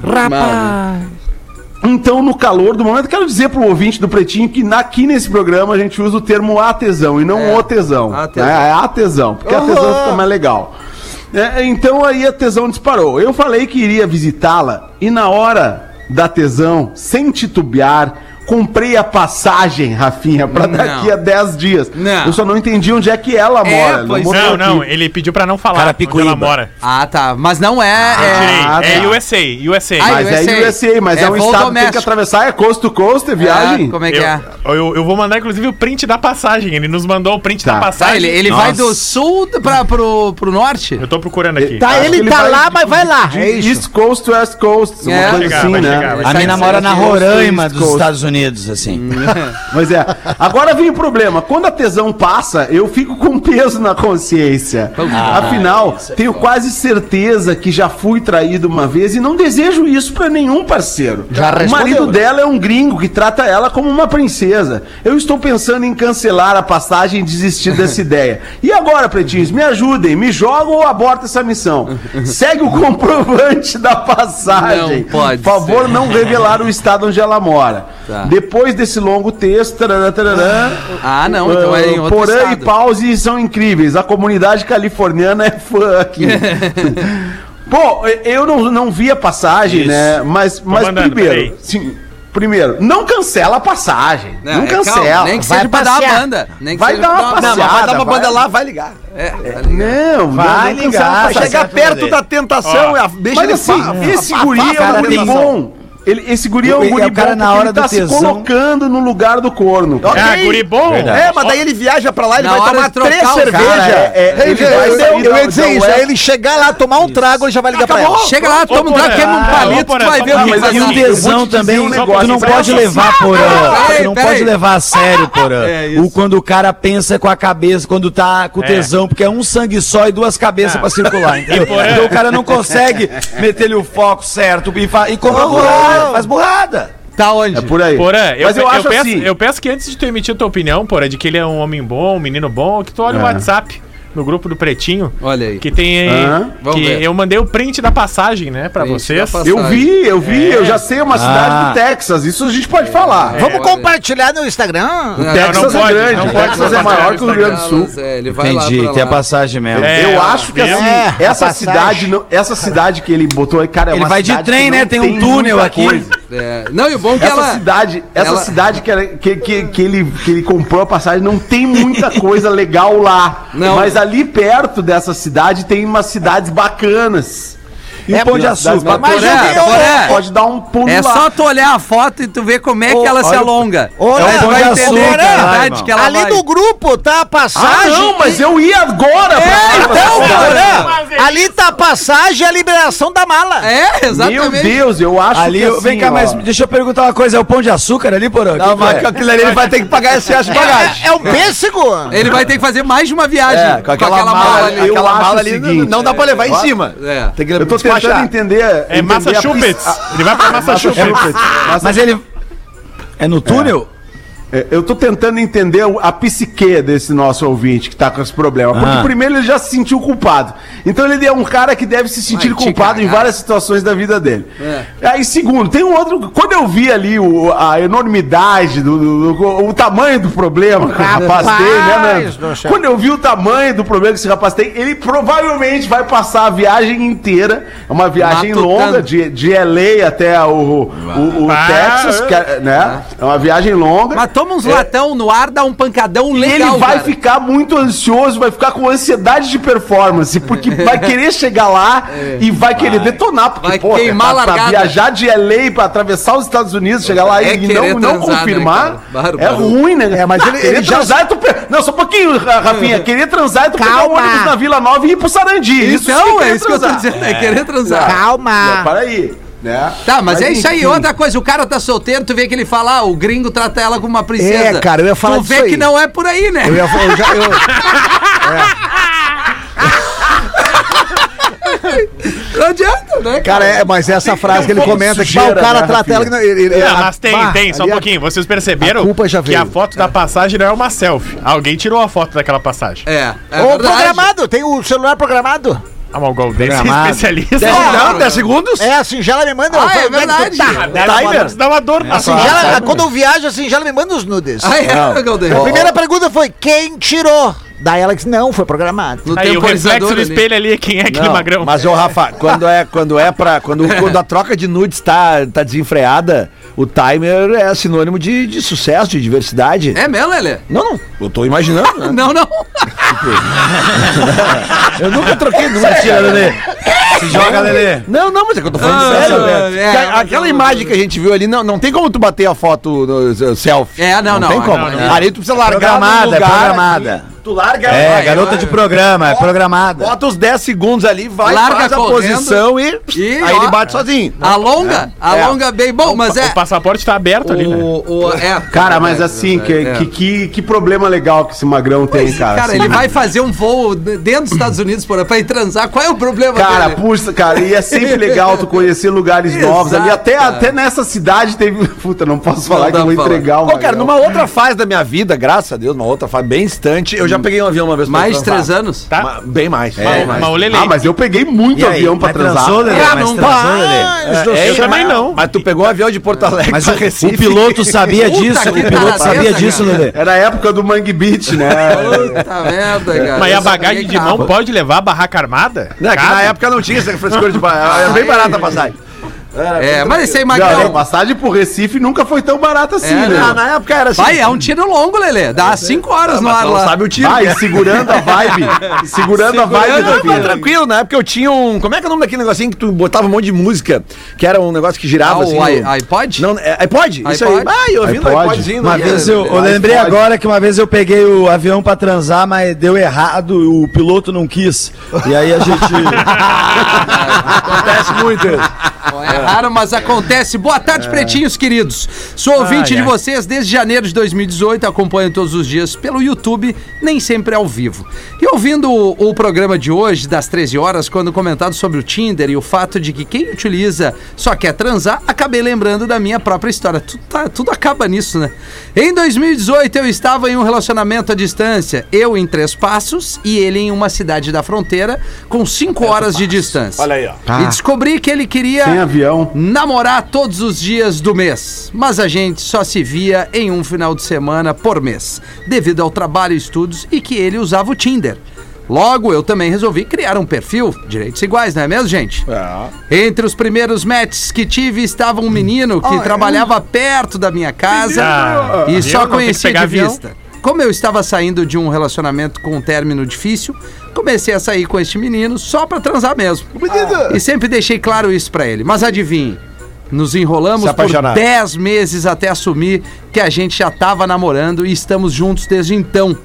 Speaker 5: Então, no calor do momento, quero dizer pro ouvinte do Pretinho que na- aqui nesse programa a gente usa o termo a tesão e não o tesão.
Speaker 2: a
Speaker 5: né?
Speaker 2: tesão.
Speaker 5: É a tesão, porque a tesão fica mais legal. É, então aí a tesão disparou. Eu falei que iria visitá-la e na hora da tesão, sem titubear, comprei a passagem, Rafinha, pra
Speaker 2: Não.
Speaker 5: daqui a 10 dias.
Speaker 2: Não.
Speaker 5: Eu só não entendi onde é que ela mora. ele não
Speaker 2: pois
Speaker 5: botou
Speaker 6: Não,
Speaker 5: aqui.
Speaker 6: não, ele pediu pra não falar
Speaker 7: Cara,
Speaker 6: onde
Speaker 7: Picuíba.
Speaker 6: ela mora.
Speaker 2: Ah, tá. Mas não é. é-
Speaker 6: Tirei.
Speaker 5: Ah,
Speaker 6: é
Speaker 5: tá.
Speaker 6: USA, USA.
Speaker 2: Ai,
Speaker 5: Mas é
Speaker 2: USA,
Speaker 5: USA, mas é,
Speaker 2: é
Speaker 5: um
Speaker 2: voo
Speaker 5: estado que tem que
Speaker 2: doméstico.
Speaker 5: atravessar, é coast to coast, é viagem.
Speaker 2: Ah, como é que é?
Speaker 6: eu, eu, eu vou mandar, inclusive, o print da passagem. Ele nos mandou o print
Speaker 5: Tá.
Speaker 6: da passagem.
Speaker 2: Tá, ele ele vai do sul pra, pro, pro norte?
Speaker 6: Eu tô procurando aqui.
Speaker 8: Tá,
Speaker 5: Acho
Speaker 8: ele,
Speaker 5: que ele
Speaker 8: tá
Speaker 5: vai
Speaker 8: lá, mas vai lá.
Speaker 5: De
Speaker 8: É isso.
Speaker 5: East Coast to West Coast,
Speaker 2: É.
Speaker 5: uma coisa
Speaker 6: Vai
Speaker 5: assim,
Speaker 6: chegar, vai
Speaker 5: né?
Speaker 6: chegar, vai
Speaker 7: Ah, A mina mora na Roraima dos
Speaker 5: Coast.
Speaker 7: Estados Unidos, assim.
Speaker 5: Mas é. Agora vem o problema. Quando a tesão passa, eu fico com peso na consciência. Afinal, tenho quase certeza que já fui traído uma vez e não desejo isso pra nenhum parceiro.
Speaker 8: Já
Speaker 5: o marido
Speaker 8: respondeu.
Speaker 5: dela é um gringo que trata ela como uma princesa. Eu estou pensando em cancelar a passagem e desistir dessa ideia. E agora, pretinhos, me ajudem, me jogam ou aborta essa missão. Segue o comprovante da passagem.
Speaker 2: Não pode
Speaker 5: Favor
Speaker 2: ser.
Speaker 5: não revelar o estado onde ela mora.
Speaker 2: Tá.
Speaker 5: Depois desse longo texto, tarará, tarará,
Speaker 2: Ah, não, então é em outro
Speaker 5: Porã e
Speaker 2: estado.
Speaker 5: Pause são incríveis. A comunidade californiana é
Speaker 2: [laughs]
Speaker 5: fã aqui. Pô, eu não, não vi a passagem,
Speaker 6: Isso.
Speaker 5: né? Mas, mas
Speaker 6: mandando,
Speaker 5: primeiro,
Speaker 6: peraí.
Speaker 5: sim, primeiro, não cancela a passagem. Não,
Speaker 2: é,
Speaker 5: cancela.
Speaker 2: calma, nem que
Speaker 5: Vai
Speaker 2: seja pra dar uma
Speaker 5: passear.
Speaker 2: banda. Nem que
Speaker 5: Vai
Speaker 2: seja
Speaker 5: dar
Speaker 2: pra Não, mas
Speaker 5: uma
Speaker 3: Tá,
Speaker 2: vai dar
Speaker 5: passeada,
Speaker 2: uma banda
Speaker 5: vai.
Speaker 2: lá, vai ligar. É, vai ligar.
Speaker 5: Não,
Speaker 7: Vai
Speaker 5: não,
Speaker 7: ligar,
Speaker 5: cancela a
Speaker 7: vai
Speaker 5: passagem.
Speaker 7: chegar
Speaker 2: Chega perto da tentação,
Speaker 6: Ó,
Speaker 2: é a- deixa
Speaker 5: Mas
Speaker 2: ele
Speaker 5: assim,
Speaker 2: fa-
Speaker 5: esse
Speaker 2: fa-
Speaker 5: guri é
Speaker 2: fa-
Speaker 5: um
Speaker 7: cara
Speaker 5: guri
Speaker 7: tem
Speaker 5: bom. Ele, esse guri é um
Speaker 7: E- e
Speaker 5: guri
Speaker 7: o cara,
Speaker 5: bom
Speaker 7: na
Speaker 5: porque
Speaker 7: hora
Speaker 5: ele
Speaker 7: do
Speaker 5: tá
Speaker 7: tesão-
Speaker 5: se colocando no lugar do corno.
Speaker 6: É,
Speaker 5: cara.
Speaker 6: ah, guri bom.
Speaker 7: Verdade.
Speaker 10: É, mas daí ele viaja pra lá, ele
Speaker 2: Na
Speaker 10: vai
Speaker 2: hora
Speaker 10: tomar
Speaker 2: de trocar
Speaker 10: três
Speaker 2: o cara,
Speaker 10: cervejas.
Speaker 5: é, é, ele
Speaker 4: Eu,
Speaker 5: vai sair
Speaker 4: eu
Speaker 5: da-
Speaker 4: ia dizer
Speaker 5: da
Speaker 4: isso,
Speaker 5: West-
Speaker 4: aí ele chegar lá, tomar um trago, ele já vai ligar pra ela.
Speaker 2: Chega lá, toma um
Speaker 6: Porã,
Speaker 2: trago, queima um
Speaker 6: ah,
Speaker 2: palito,
Speaker 6: ô, Porã,
Speaker 2: tu vai
Speaker 6: só
Speaker 2: ver o
Speaker 6: pra
Speaker 2: que
Speaker 7: Mas
Speaker 2: vai
Speaker 6: avisar
Speaker 7: aí um
Speaker 6: assim,
Speaker 2: dar.
Speaker 7: tesão também, tu
Speaker 5: um negócio,
Speaker 7: não
Speaker 5: isso aí é
Speaker 7: pode
Speaker 5: um
Speaker 7: levar, Porã.
Speaker 2: Peraí,
Speaker 7: Tu não
Speaker 2: peraí.
Speaker 7: pode levar a sério, Porã.
Speaker 2: É isso.
Speaker 7: O quando o cara pensa com a cabeça, quando tá com
Speaker 6: É.
Speaker 7: tesão, porque é um sangue só e duas cabeças pra
Speaker 5: [laughs]
Speaker 7: circular, entendeu?
Speaker 6: Porã.
Speaker 7: Então o cara não consegue meter-lhe o foco certo e, fa- e compra burrada, faz burrada.
Speaker 2: Tá onde?
Speaker 5: É por aí.
Speaker 6: Porã, eu,
Speaker 5: Mas eu,
Speaker 6: pe-
Speaker 5: acho
Speaker 6: peço,
Speaker 5: assim.
Speaker 6: eu peço que antes de tu emitir a tua opinião, Porã, de que ele é um homem bom, um menino bom, que tu olha o WhatsApp no grupo do Pretinho.
Speaker 2: Olha aí.
Speaker 6: Que tem.
Speaker 5: Hã?
Speaker 2: Vamos
Speaker 6: que
Speaker 2: ver.
Speaker 6: eu mandei o print da passagem, né, pra
Speaker 2: Print
Speaker 6: vocês.
Speaker 2: da passagem.
Speaker 5: Eu vi, eu vi, eu
Speaker 6: É.
Speaker 5: já sei uma cidade
Speaker 7: Ah.
Speaker 5: do Texas. Isso a gente pode falar.
Speaker 2: É,
Speaker 8: Vamos
Speaker 2: olha aí.
Speaker 8: compartilhar no Instagram?
Speaker 2: Não,
Speaker 5: Texas
Speaker 6: não
Speaker 5: é
Speaker 6: pode,
Speaker 5: grande,
Speaker 6: não
Speaker 5: o
Speaker 6: pode
Speaker 5: Texas é
Speaker 6: compartilhar
Speaker 5: maior
Speaker 6: no
Speaker 5: que o Rio Grande do Sul.
Speaker 2: Mas, é, ele vai lá
Speaker 7: Entendi,
Speaker 2: pra
Speaker 7: tem a
Speaker 2: lá.
Speaker 7: passagem mesmo.
Speaker 6: É.
Speaker 5: eu
Speaker 6: ó,
Speaker 5: acho que
Speaker 6: viu?
Speaker 5: assim,
Speaker 8: É, a
Speaker 5: essa
Speaker 8: passagem.
Speaker 5: cidade, não- essa cidade que ele botou aí, cara, é
Speaker 7: Ele
Speaker 5: uma
Speaker 7: vai de
Speaker 5: cidade que
Speaker 7: trem,
Speaker 5: não
Speaker 7: né? Tem um túnel
Speaker 5: muita
Speaker 7: aqui.
Speaker 2: É, Não, e o bom é que
Speaker 5: Essa
Speaker 2: ela...
Speaker 5: cidade, essa
Speaker 2: ela-
Speaker 5: cidade que, ela- que, que, que ele, que ele comprou a passagem não tem muita coisa legal lá.
Speaker 2: Não.
Speaker 5: Mas ali perto dessa cidade tem umas cidades bacanas. É,
Speaker 7: E o Pão de
Speaker 5: Cidades
Speaker 7: Açúcar.
Speaker 5: bacanas.
Speaker 2: Porã,
Speaker 5: Mas já tem-
Speaker 2: Porã,
Speaker 5: pode dar um pulo
Speaker 2: É
Speaker 5: lá.
Speaker 2: só tu olhar a foto e tu ver como é que ela se alonga.
Speaker 7: É um
Speaker 2: Aí tu
Speaker 7: pão
Speaker 2: vai
Speaker 7: de
Speaker 2: entender a
Speaker 7: açúcar lá,
Speaker 2: verdade
Speaker 7: irmão.
Speaker 2: que ela
Speaker 8: Ali
Speaker 2: vai.
Speaker 8: no grupo tá a
Speaker 5: Ah,
Speaker 8: passagem.
Speaker 5: não, mas eu ia agora
Speaker 8: É,
Speaker 5: pra
Speaker 8: então,
Speaker 5: pra-
Speaker 8: Porã, ali tá a passagem e a liberação da mala.
Speaker 2: É,
Speaker 5: Meu
Speaker 2: exatamente.
Speaker 5: Deus, eu acho
Speaker 7: Ali,
Speaker 5: que assim,
Speaker 7: vem cá,
Speaker 5: ó,
Speaker 7: mas deixa eu perguntar uma coisa, é o pão de açúcar ali, porra? Que que é?
Speaker 3: aquilo ali ele vai ter que pagar excesso de bagagem.
Speaker 8: É, é um pêssego.
Speaker 2: Ele vai ter que fazer mais de uma viagem
Speaker 3: É, com aquela, mala, ali,
Speaker 5: eu
Speaker 3: aquela
Speaker 5: acho
Speaker 3: mala
Speaker 5: o
Speaker 3: ali
Speaker 5: seguinte,
Speaker 3: não, não dá pra levar em
Speaker 5: ó,
Speaker 3: cima.
Speaker 2: é.
Speaker 3: Tem que
Speaker 5: Eu tô
Speaker 3: despachar.
Speaker 5: tentando entender.
Speaker 6: É
Speaker 5: entender
Speaker 6: Massachusetts.
Speaker 5: a pis-
Speaker 6: Ele vai pra
Speaker 5: a-
Speaker 6: Massachusetts.
Speaker 5: Massachusetts.
Speaker 7: Mas ele. É no túnel?
Speaker 5: É, Eu tô tentando entender o- a psique desse nosso ouvinte que tá com esse problema. Porque
Speaker 7: Ah.
Speaker 5: primeiro ele já se sentiu culpado. Então ele é um cara que deve se sentir
Speaker 2: Vai te
Speaker 5: culpado em
Speaker 2: cagar. É.
Speaker 5: várias situações da vida dele. Aí, segundo, tem um outro. Quando eu vi ali o- a enormidade, do, do- do- o tamanho do problema que o rapaz tem, né, Nando? Quando eu vi o tamanho do problema que esse rapaz tem, ele provavelmente vai passar a viagem inteira. É uma viagem
Speaker 2: Matutando.
Speaker 5: longa de, de LA até o, o- o- o
Speaker 6: Ah.
Speaker 5: Texas, que é- né? É uma viagem longa.
Speaker 2: Mas toma uns latão no ar, dá um pancadão legal,
Speaker 5: ele vai
Speaker 2: cara.
Speaker 5: ficar muito ansioso, vai ficar com ansiedade de performance,
Speaker 2: [laughs]
Speaker 5: porque vai querer chegar lá e vai querer detonar, porque
Speaker 2: É, Vai
Speaker 5: pô,
Speaker 2: queimar
Speaker 5: pra, pra
Speaker 2: largada.
Speaker 5: viajar de LA pra atravessar os Estados Unidos, chegar lá
Speaker 2: É
Speaker 5: e
Speaker 2: querer
Speaker 5: não, não
Speaker 2: transar, né,
Speaker 5: confirmar,
Speaker 2: cara? Bárbaro.
Speaker 5: é ruim, né?
Speaker 4: É, mas
Speaker 5: Ah,
Speaker 4: ele-
Speaker 5: querer
Speaker 4: ele já-
Speaker 5: transar, é tu pe- não só um pouquinho, Ra-
Speaker 2: [laughs]
Speaker 5: Rafinha, querer transar é tu pegar o
Speaker 8: Calma.
Speaker 5: ônibus na Vila Nova e ir pro Sarandi.
Speaker 2: Então,
Speaker 5: sim,
Speaker 2: é
Speaker 5: querer
Speaker 2: isso que eu tô
Speaker 5: transar.
Speaker 2: dizendo, é querer transar.
Speaker 5: Não,
Speaker 4: Ah.
Speaker 8: Calma.
Speaker 5: para aí, né?
Speaker 2: Tá, mas, é isso aí.
Speaker 5: enfim.
Speaker 2: Outra coisa, o cara tá solteiro, tu vê que ele fala, ah, o gringo trata ela como uma princesa.
Speaker 4: É, cara, eu ia falar
Speaker 2: Tu vê
Speaker 4: disso aí.
Speaker 2: que não é por aí, né?
Speaker 4: Eu ia falar, eu já- eu-
Speaker 3: [laughs]
Speaker 2: Não adianta, né?
Speaker 4: cara, é, mas essa frase que ele
Speaker 5: um pouco de
Speaker 4: comenta que
Speaker 5: sujeira,
Speaker 4: "Bah, o cara
Speaker 5: né,
Speaker 4: trata ela que não. ele- ele-
Speaker 6: Ah,
Speaker 4: a-
Speaker 6: mas tem,
Speaker 4: bah,
Speaker 6: tem, só um
Speaker 4: ali a-
Speaker 6: pouquinho. Vocês perceberam
Speaker 4: a culpa já
Speaker 6: que a
Speaker 4: veio.
Speaker 6: foto da passagem não é uma selfie. Alguém tirou a foto daquela passagem.
Speaker 2: É, é
Speaker 8: Ou
Speaker 2: verdade.
Speaker 8: programado, tem o celular programado.
Speaker 6: Ah, mas o Golden
Speaker 7: Gramado.
Speaker 6: é especialista.
Speaker 3: Não, 10 segundos?
Speaker 8: É, a singela me manda. eu
Speaker 2: Ah,
Speaker 8: falo,
Speaker 2: é
Speaker 8: onde que tu
Speaker 2: verdade.
Speaker 8: tá?
Speaker 2: [laughs]
Speaker 6: Ah, dá-
Speaker 5: Timer.
Speaker 6: Dá uma dor
Speaker 4: Assim,
Speaker 6: na
Speaker 8: Singela- quando eu viajo, a singela me manda os nudes.
Speaker 2: Ah, é, Galdês.
Speaker 8: A primeira pergunta foi: quem tirou? Daí ela disse: não, foi programado.
Speaker 2: No
Speaker 6: Aí o reflexo
Speaker 2: temporizador
Speaker 6: no
Speaker 2: um ali.
Speaker 6: espelho ali, quem é aquele
Speaker 3: Não,
Speaker 6: magrão?
Speaker 3: Mas, ô Rafa, quando é, quando é pra. [laughs] Quando, quando a troca de nudes tá, tá desenfreada, o timer é sinônimo de, de sucesso, de diversidade.
Speaker 2: É mesmo, Lelê?
Speaker 3: Não, não. Eu tô imaginando. né?
Speaker 2: Não, não.
Speaker 3: Eu nunca troquei nudes.
Speaker 7: Tira, Lelê. Se joga, Lelê.
Speaker 3: Não, não, mas é que eu tô falando
Speaker 2: Ah,
Speaker 3: sério,
Speaker 2: é,
Speaker 3: velho.
Speaker 2: é,
Speaker 3: Que a-
Speaker 2: mas
Speaker 3: aquela
Speaker 2: eu-
Speaker 3: imagem que a gente viu ali, não, não tem como tu bater a foto no, selfie.
Speaker 2: É, não, não,
Speaker 3: Não tem
Speaker 2: não,
Speaker 3: como.
Speaker 2: não, não.
Speaker 3: Ali tu precisa largar num
Speaker 7: Programada, é
Speaker 3: lugar,
Speaker 7: programada.
Speaker 3: Tu larga
Speaker 7: É,
Speaker 3: vai,
Speaker 7: garota de programa, é programada.
Speaker 3: Bota os 10 segundos ali, vai,
Speaker 2: Larga
Speaker 3: faz a
Speaker 2: correndo.
Speaker 3: posição e,
Speaker 2: E,
Speaker 3: aí
Speaker 2: ó.
Speaker 3: ele bate sozinho.
Speaker 5: É.
Speaker 2: Alonga, alonga bem.
Speaker 5: um
Speaker 2: Bom, mas é...
Speaker 6: O passaporte tá aberto ali, né?
Speaker 2: O, o, é,
Speaker 5: Cara, mas
Speaker 2: é,
Speaker 5: assim, que,
Speaker 2: é.
Speaker 5: que, que, que problema legal que esse magrão tem, cara.
Speaker 2: Cara,
Speaker 5: assim.
Speaker 2: ele vai fazer um voo dentro dos Estados Unidos porra, pra ir transar. Qual é o problema
Speaker 5: Cara,
Speaker 2: dele?
Speaker 5: puxa, cara, e é sempre legal tu
Speaker 3: [laughs]
Speaker 5: conhecer lugares
Speaker 2: Exato,
Speaker 5: novos ali. Até,
Speaker 2: cara.
Speaker 5: até nessa cidade teve. [laughs] Puta, não posso falar
Speaker 2: Não
Speaker 5: que
Speaker 2: dá
Speaker 5: eu vou
Speaker 2: pra falar.
Speaker 5: entregar o.
Speaker 3: Pô, cara, numa outra fase da minha vida, graças a Deus, numa outra fase bem distante, eu já já peguei um avião uma vez pra
Speaker 2: Mais de
Speaker 3: transar.
Speaker 2: três É. anos?
Speaker 6: Tá?
Speaker 3: Ma- Bem mais.
Speaker 6: Mas-
Speaker 3: bem mais.
Speaker 6: mas o Lele.
Speaker 5: Ah, mas eu peguei muito avião pra
Speaker 7: mas transou,
Speaker 5: transar.
Speaker 7: Lelê?
Speaker 2: Ah,
Speaker 7: Mas
Speaker 2: não
Speaker 7: transou,
Speaker 2: vai.
Speaker 7: Lelê? É.
Speaker 3: É,
Speaker 6: eu também não.
Speaker 3: Mas tu pegou o avião de Porto Alegre
Speaker 7: Mas
Speaker 3: pra
Speaker 7: o,
Speaker 3: Recife.
Speaker 7: o piloto sabia
Speaker 2: Puta
Speaker 7: disso, o
Speaker 2: que
Speaker 7: piloto
Speaker 2: taradeza,
Speaker 7: sabia disso,
Speaker 2: cara.
Speaker 7: Lelê.
Speaker 5: Era a época do Mangue Beach,
Speaker 3: [laughs]
Speaker 5: né?
Speaker 2: Puta merda,
Speaker 5: É.
Speaker 2: cara.
Speaker 6: Mas
Speaker 2: Eu
Speaker 6: a
Speaker 2: só
Speaker 6: bagagem
Speaker 2: peguei
Speaker 6: de mão
Speaker 2: carro.
Speaker 6: pode levar a barraca armada?
Speaker 3: Não, é que na
Speaker 6: Cabe?
Speaker 3: época não tinha essa frescura de ba- Era bem barata a passagem.
Speaker 2: É, mas isso aí,
Speaker 5: Não,
Speaker 2: Magrão.
Speaker 5: não, passagem pro Recife nunca foi tão barata assim,
Speaker 2: É,
Speaker 5: né?
Speaker 3: Ah, na época era assim.
Speaker 2: Vai, é um tiro longo, Lelê. Dá cinco horas no
Speaker 3: mas
Speaker 2: ar
Speaker 3: tu não
Speaker 2: lá.
Speaker 3: sabe o tiro. né?
Speaker 5: Vai, segurando a
Speaker 3: [laughs]
Speaker 5: vibe. Segurando a vibe
Speaker 3: Não,
Speaker 5: da
Speaker 3: mas
Speaker 5: vida.
Speaker 3: tranquilo, na época eu tinha um. Como é que é o nome daquele negocinho que tu botava um monte de música, que era um negócio que girava
Speaker 2: Ah,
Speaker 3: assim?
Speaker 2: o i-
Speaker 3: no-
Speaker 2: iPod?
Speaker 3: Não, é, iPod? Isso aí.
Speaker 2: iPod?
Speaker 3: Ah, eu ouvindo o
Speaker 5: iPod.
Speaker 3: iPodzinho.
Speaker 7: Uma
Speaker 3: não ia-
Speaker 7: vez eu, eu lembrei agora que uma vez eu peguei o avião pra transar, mas deu errado, o piloto não quis. E aí a [laughs] gente.
Speaker 3: Acontece muito isso.
Speaker 2: É raro, mas acontece. Boa tarde, pretinhos queridos. Sou ouvinte de vocês desde janeiro de 2018, acompanho todos os dias pelo YouTube, nem sempre ao vivo. E ouvindo o, o programa de hoje, das 13 horas, quando comentado sobre o Tinder e o fato de que quem utiliza só quer transar, acabei lembrando da minha própria história. Tudo, tá- tudo acaba nisso, né? Em 2018, eu estava em um relacionamento à distância. Eu em Três Passos e ele em uma cidade da fronteira, com 5 horas de distância. Olha aí, ó. E descobri que ele queria
Speaker 5: Sem avião.
Speaker 2: namorar todos os dias do mês, mas a gente só se via em um final de semana por mês, devido ao trabalho e estudos e que ele usava o Tinder. Logo, eu também resolvi criar um perfil, direitos iguais, não é mesmo, gente? Entre os primeiros matches que tive estava um menino que trabalhava perto da minha casa
Speaker 6: Ah,
Speaker 2: e
Speaker 6: eu
Speaker 2: só
Speaker 6: não, tem que
Speaker 2: conhecia de
Speaker 6: pegar avião.
Speaker 2: vista. Como eu estava saindo de um relacionamento com um término difícil, comecei a sair com este menino só pra transar mesmo. E sempre deixei claro isso pra ele. Mas adivinhe, nos enrolamos por
Speaker 3: Ah.
Speaker 2: 10 meses até assumir que a gente já tava namorando e estamos juntos desde então.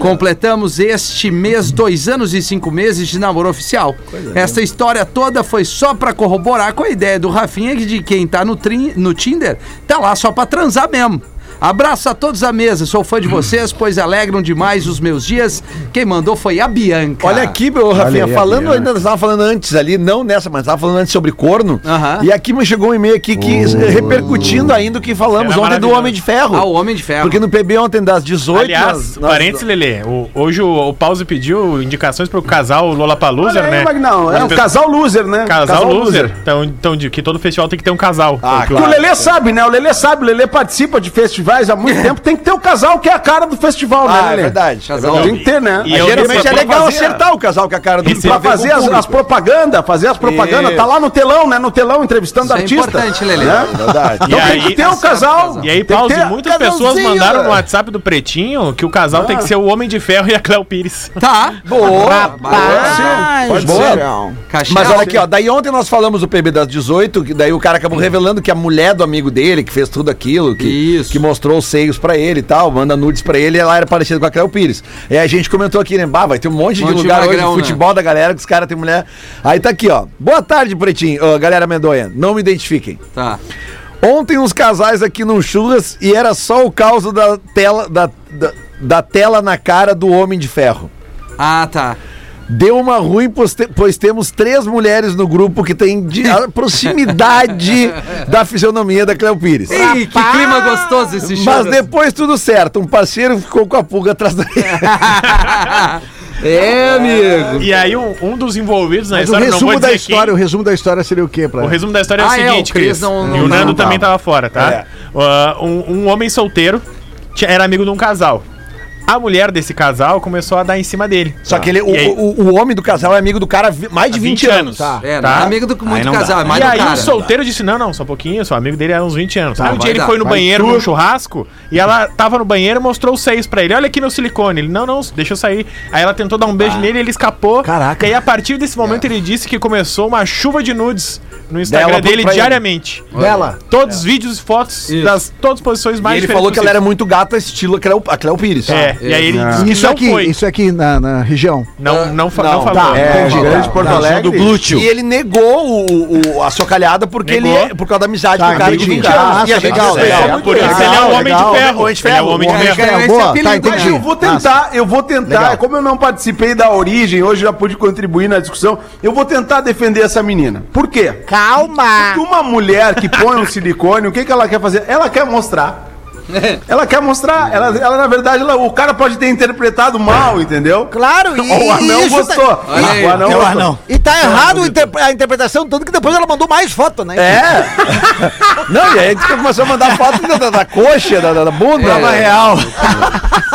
Speaker 2: Completamos este mês dois anos e cinco meses de namoro oficial. Essa história toda foi só pra corroborar com a ideia do Rafinha de quem tá no, trin- no Tinder tá lá só pra transar mesmo. Abraço a todos à mesa, sou fã de vocês, pois alegram demais os meus dias. Quem mandou foi a Bianca.
Speaker 3: Olha aqui, meu Rafinha,
Speaker 5: aí,
Speaker 3: falando
Speaker 5: Rafinha.
Speaker 3: ainda, você tava falando antes ali, não nessa, mas tava falando antes sobre corno.
Speaker 2: Aham.
Speaker 3: E aqui me chegou um e-mail aqui que repercutindo ainda o que falamos
Speaker 6: Era
Speaker 3: ontem do
Speaker 6: maravilhoso.
Speaker 3: Homem de Ferro.
Speaker 2: Ah, o Homem de Ferro.
Speaker 3: Porque no PB ontem das 18
Speaker 6: Aliás,
Speaker 3: nós- nós-
Speaker 6: parênteses, Lelê. o- hoje o, o Pause pediu indicações pro casal Lola
Speaker 5: Olha
Speaker 6: Paluser,
Speaker 5: aí,
Speaker 6: né?
Speaker 5: Magnão. É
Speaker 6: Mas
Speaker 5: o
Speaker 6: pe-
Speaker 5: casal loser, né?
Speaker 6: Casal, loser. Então, então, de que todo festival tem que ter um casal.
Speaker 5: Ah, claro. O Lelê sabe, né? O Lelê sabe, o Lelê participa de festivais há muito tempo. Tem que ter o casal que é a cara do festival, né,
Speaker 3: Ah, é
Speaker 5: Lelê?
Speaker 3: verdade.
Speaker 2: Casal.
Speaker 3: É verdade.
Speaker 5: Tem que ter, né?
Speaker 6: E eu-
Speaker 3: Geralmente
Speaker 6: eu-
Speaker 3: é legal
Speaker 6: fazia-
Speaker 3: acertar o casal com a cara do
Speaker 6: Esse-
Speaker 5: Pra
Speaker 3: ver com
Speaker 5: fazer
Speaker 3: o
Speaker 5: as,
Speaker 3: público.
Speaker 5: as propaganda, fazer as propagandas,
Speaker 3: Isso.
Speaker 5: tá lá no telão, né? No telão entrevistando
Speaker 2: Isso é
Speaker 5: artista.
Speaker 2: importante, Lelê.
Speaker 5: né?
Speaker 3: É? Verdade.
Speaker 5: Então
Speaker 6: E
Speaker 5: tem
Speaker 6: aí-
Speaker 5: que ter o
Speaker 2: tá certo,
Speaker 5: casal.
Speaker 2: casal.
Speaker 6: E aí,
Speaker 5: Tem que
Speaker 6: Pause,
Speaker 5: ter
Speaker 6: muitas pessoas
Speaker 5: casalzinho,
Speaker 6: mandaram
Speaker 5: né?
Speaker 6: no WhatsApp do Pretinho que o casal tem que ser o Homem de Ferro e a Cléo Pires.
Speaker 2: Tá. Boa.
Speaker 3: Pode
Speaker 5: Boa.
Speaker 3: ser.
Speaker 2: Tá
Speaker 3: Mas olha aqui, ó, daí ontem nós falamos do PB das 18, que daí o cara
Speaker 2: É.
Speaker 3: acabou revelando que a mulher do amigo dele, que fez tudo aquilo, que,
Speaker 2: Isso.
Speaker 3: que mostrou os seios pra ele e tal, manda nudes pra ele, ela era parecida com a Cléo Pires. E a gente comentou aqui, né, bah, vai ter um monte de
Speaker 2: Monte de
Speaker 3: lugar
Speaker 2: magrão,
Speaker 3: hoje,
Speaker 2: né?
Speaker 3: futebol da galera, que os caras têm mulher. Aí tá aqui, ó, boa tarde, Pretinho, Ô, galera medonha, não me identifiquem.
Speaker 2: Tá.
Speaker 3: Ontem uns casais aqui num churras e era só o caos da tela, da, da, da tela na cara do Homem de Ferro.
Speaker 2: Ah, tá.
Speaker 3: Deu uma ruim, pois, te- pois temos três mulheres no grupo que têm de- a
Speaker 2: [laughs]
Speaker 3: proximidade da fisionomia da Cleo Pires.
Speaker 2: Ih, que assim. clima gostoso esse show.
Speaker 3: Mas depois tudo certo, um parceiro ficou com a pulga atrás da
Speaker 2: É, amigo.
Speaker 6: E aí, um, um dos envolvidos na
Speaker 4: Mas o
Speaker 6: história, não vou
Speaker 4: resumo
Speaker 6: dizer
Speaker 4: da história,
Speaker 6: quem,
Speaker 4: o resumo da história seria o quê, pra
Speaker 6: O resumo da história é o
Speaker 2: Ah, é, o
Speaker 6: seguinte,
Speaker 2: Cris
Speaker 6: Cris.
Speaker 2: não- não-
Speaker 6: e o Nando
Speaker 2: não
Speaker 6: também tava fora, tá? Uh, um, um homem solteiro tinha- era amigo de um casal. A mulher desse casal começou a dar em cima dele.
Speaker 3: Só que ele, o,
Speaker 6: E aí?
Speaker 3: o, o homem do casal é amigo do cara há vi- mais de 20, anos.
Speaker 2: É, não
Speaker 6: Tá.
Speaker 2: é amigo do muito
Speaker 7: não
Speaker 2: casal, é mais
Speaker 6: e
Speaker 2: do
Speaker 6: aí
Speaker 2: cara.
Speaker 6: o solteiro disse, não, não, só um pouquinho, só amigo dele era uns 20 anos. aí um
Speaker 2: vai
Speaker 6: dia ele
Speaker 2: dar,
Speaker 6: foi no
Speaker 2: vai
Speaker 6: banheiro, no churrasco, e ela tava no banheiro e mostrou os seis pra ele. Olha aqui meu silicone. Ele, não, não, deixa eu sair. Aí ela tentou dar um beijo nele, ele escapou.
Speaker 4: Caraca.
Speaker 6: E aí a partir desse momento ele disse que começou uma chuva de nudes no
Speaker 3: Dela
Speaker 6: Instagram
Speaker 3: pro-
Speaker 6: dele
Speaker 3: pra ele.
Speaker 6: diariamente.
Speaker 4: Dela.
Speaker 6: Todos os vídeos e fotos
Speaker 2: Isso.
Speaker 6: das todas as posições
Speaker 3: E
Speaker 6: mais
Speaker 3: ele falou que ela era
Speaker 6: diferentes
Speaker 3: muito gata, estilo a Cleo, a Cleo Pires. tá?
Speaker 6: possíveis. É, e aí ele disse que
Speaker 4: Isso
Speaker 6: não
Speaker 4: aqui,
Speaker 6: foi.
Speaker 4: isso aqui na, na região.
Speaker 6: Não, não, fa- não,
Speaker 3: Não,
Speaker 6: falou.
Speaker 4: tá,
Speaker 6: É.
Speaker 5: É,
Speaker 4: Entendi.
Speaker 5: Grande Porto Alegre.
Speaker 3: glúteo. E ele negou o, o- a socalhada porque
Speaker 6: Negou.
Speaker 3: ele é, por causa da amizade
Speaker 4: Tá,
Speaker 3: do cara de
Speaker 4: entendi.
Speaker 3: 20 anos.
Speaker 4: Nossa,
Speaker 3: e a gente
Speaker 4: legal,
Speaker 3: respeitou
Speaker 4: legal.
Speaker 3: muito
Speaker 6: por isso
Speaker 3: ele.
Speaker 6: ele é um
Speaker 3: Legal,
Speaker 6: homem de
Speaker 3: legal.
Speaker 6: ferro.
Speaker 3: Homem de
Speaker 6: Ele é
Speaker 3: ferro.
Speaker 6: um homem de
Speaker 3: Homem
Speaker 6: ferro.
Speaker 2: Esse é
Speaker 4: Boa,
Speaker 2: apelido,
Speaker 4: tá,
Speaker 5: Mas
Speaker 4: entendi.
Speaker 5: eu vou tentar, eu vou tentar.
Speaker 3: Legal.
Speaker 5: Como eu não participei da origem, hoje já pude contribuir na discussão, eu vou tentar defender essa menina. Por quê?
Speaker 8: Calma!
Speaker 5: Porque uma mulher que põe um silicone, o que, que ela quer fazer? Ela quer mostrar Ela quer mostrar. Ela, ela na verdade, ela- o cara pode ter interpretado mal, entendeu?
Speaker 8: Claro, e,
Speaker 5: Ou [laughs] o
Speaker 8: e
Speaker 5: anão
Speaker 8: isso tá-
Speaker 5: gostou.
Speaker 2: Olha aí,
Speaker 5: O anão
Speaker 7: é o
Speaker 5: gostou.
Speaker 7: anão.
Speaker 8: E tá errado a interpre- a interpretação, tanto que depois ela mandou mais foto, né?
Speaker 3: É! Não, e aí tu começou a mandar foto da, da- da coxa, da, da- da bunda.
Speaker 2: Prova
Speaker 3: real.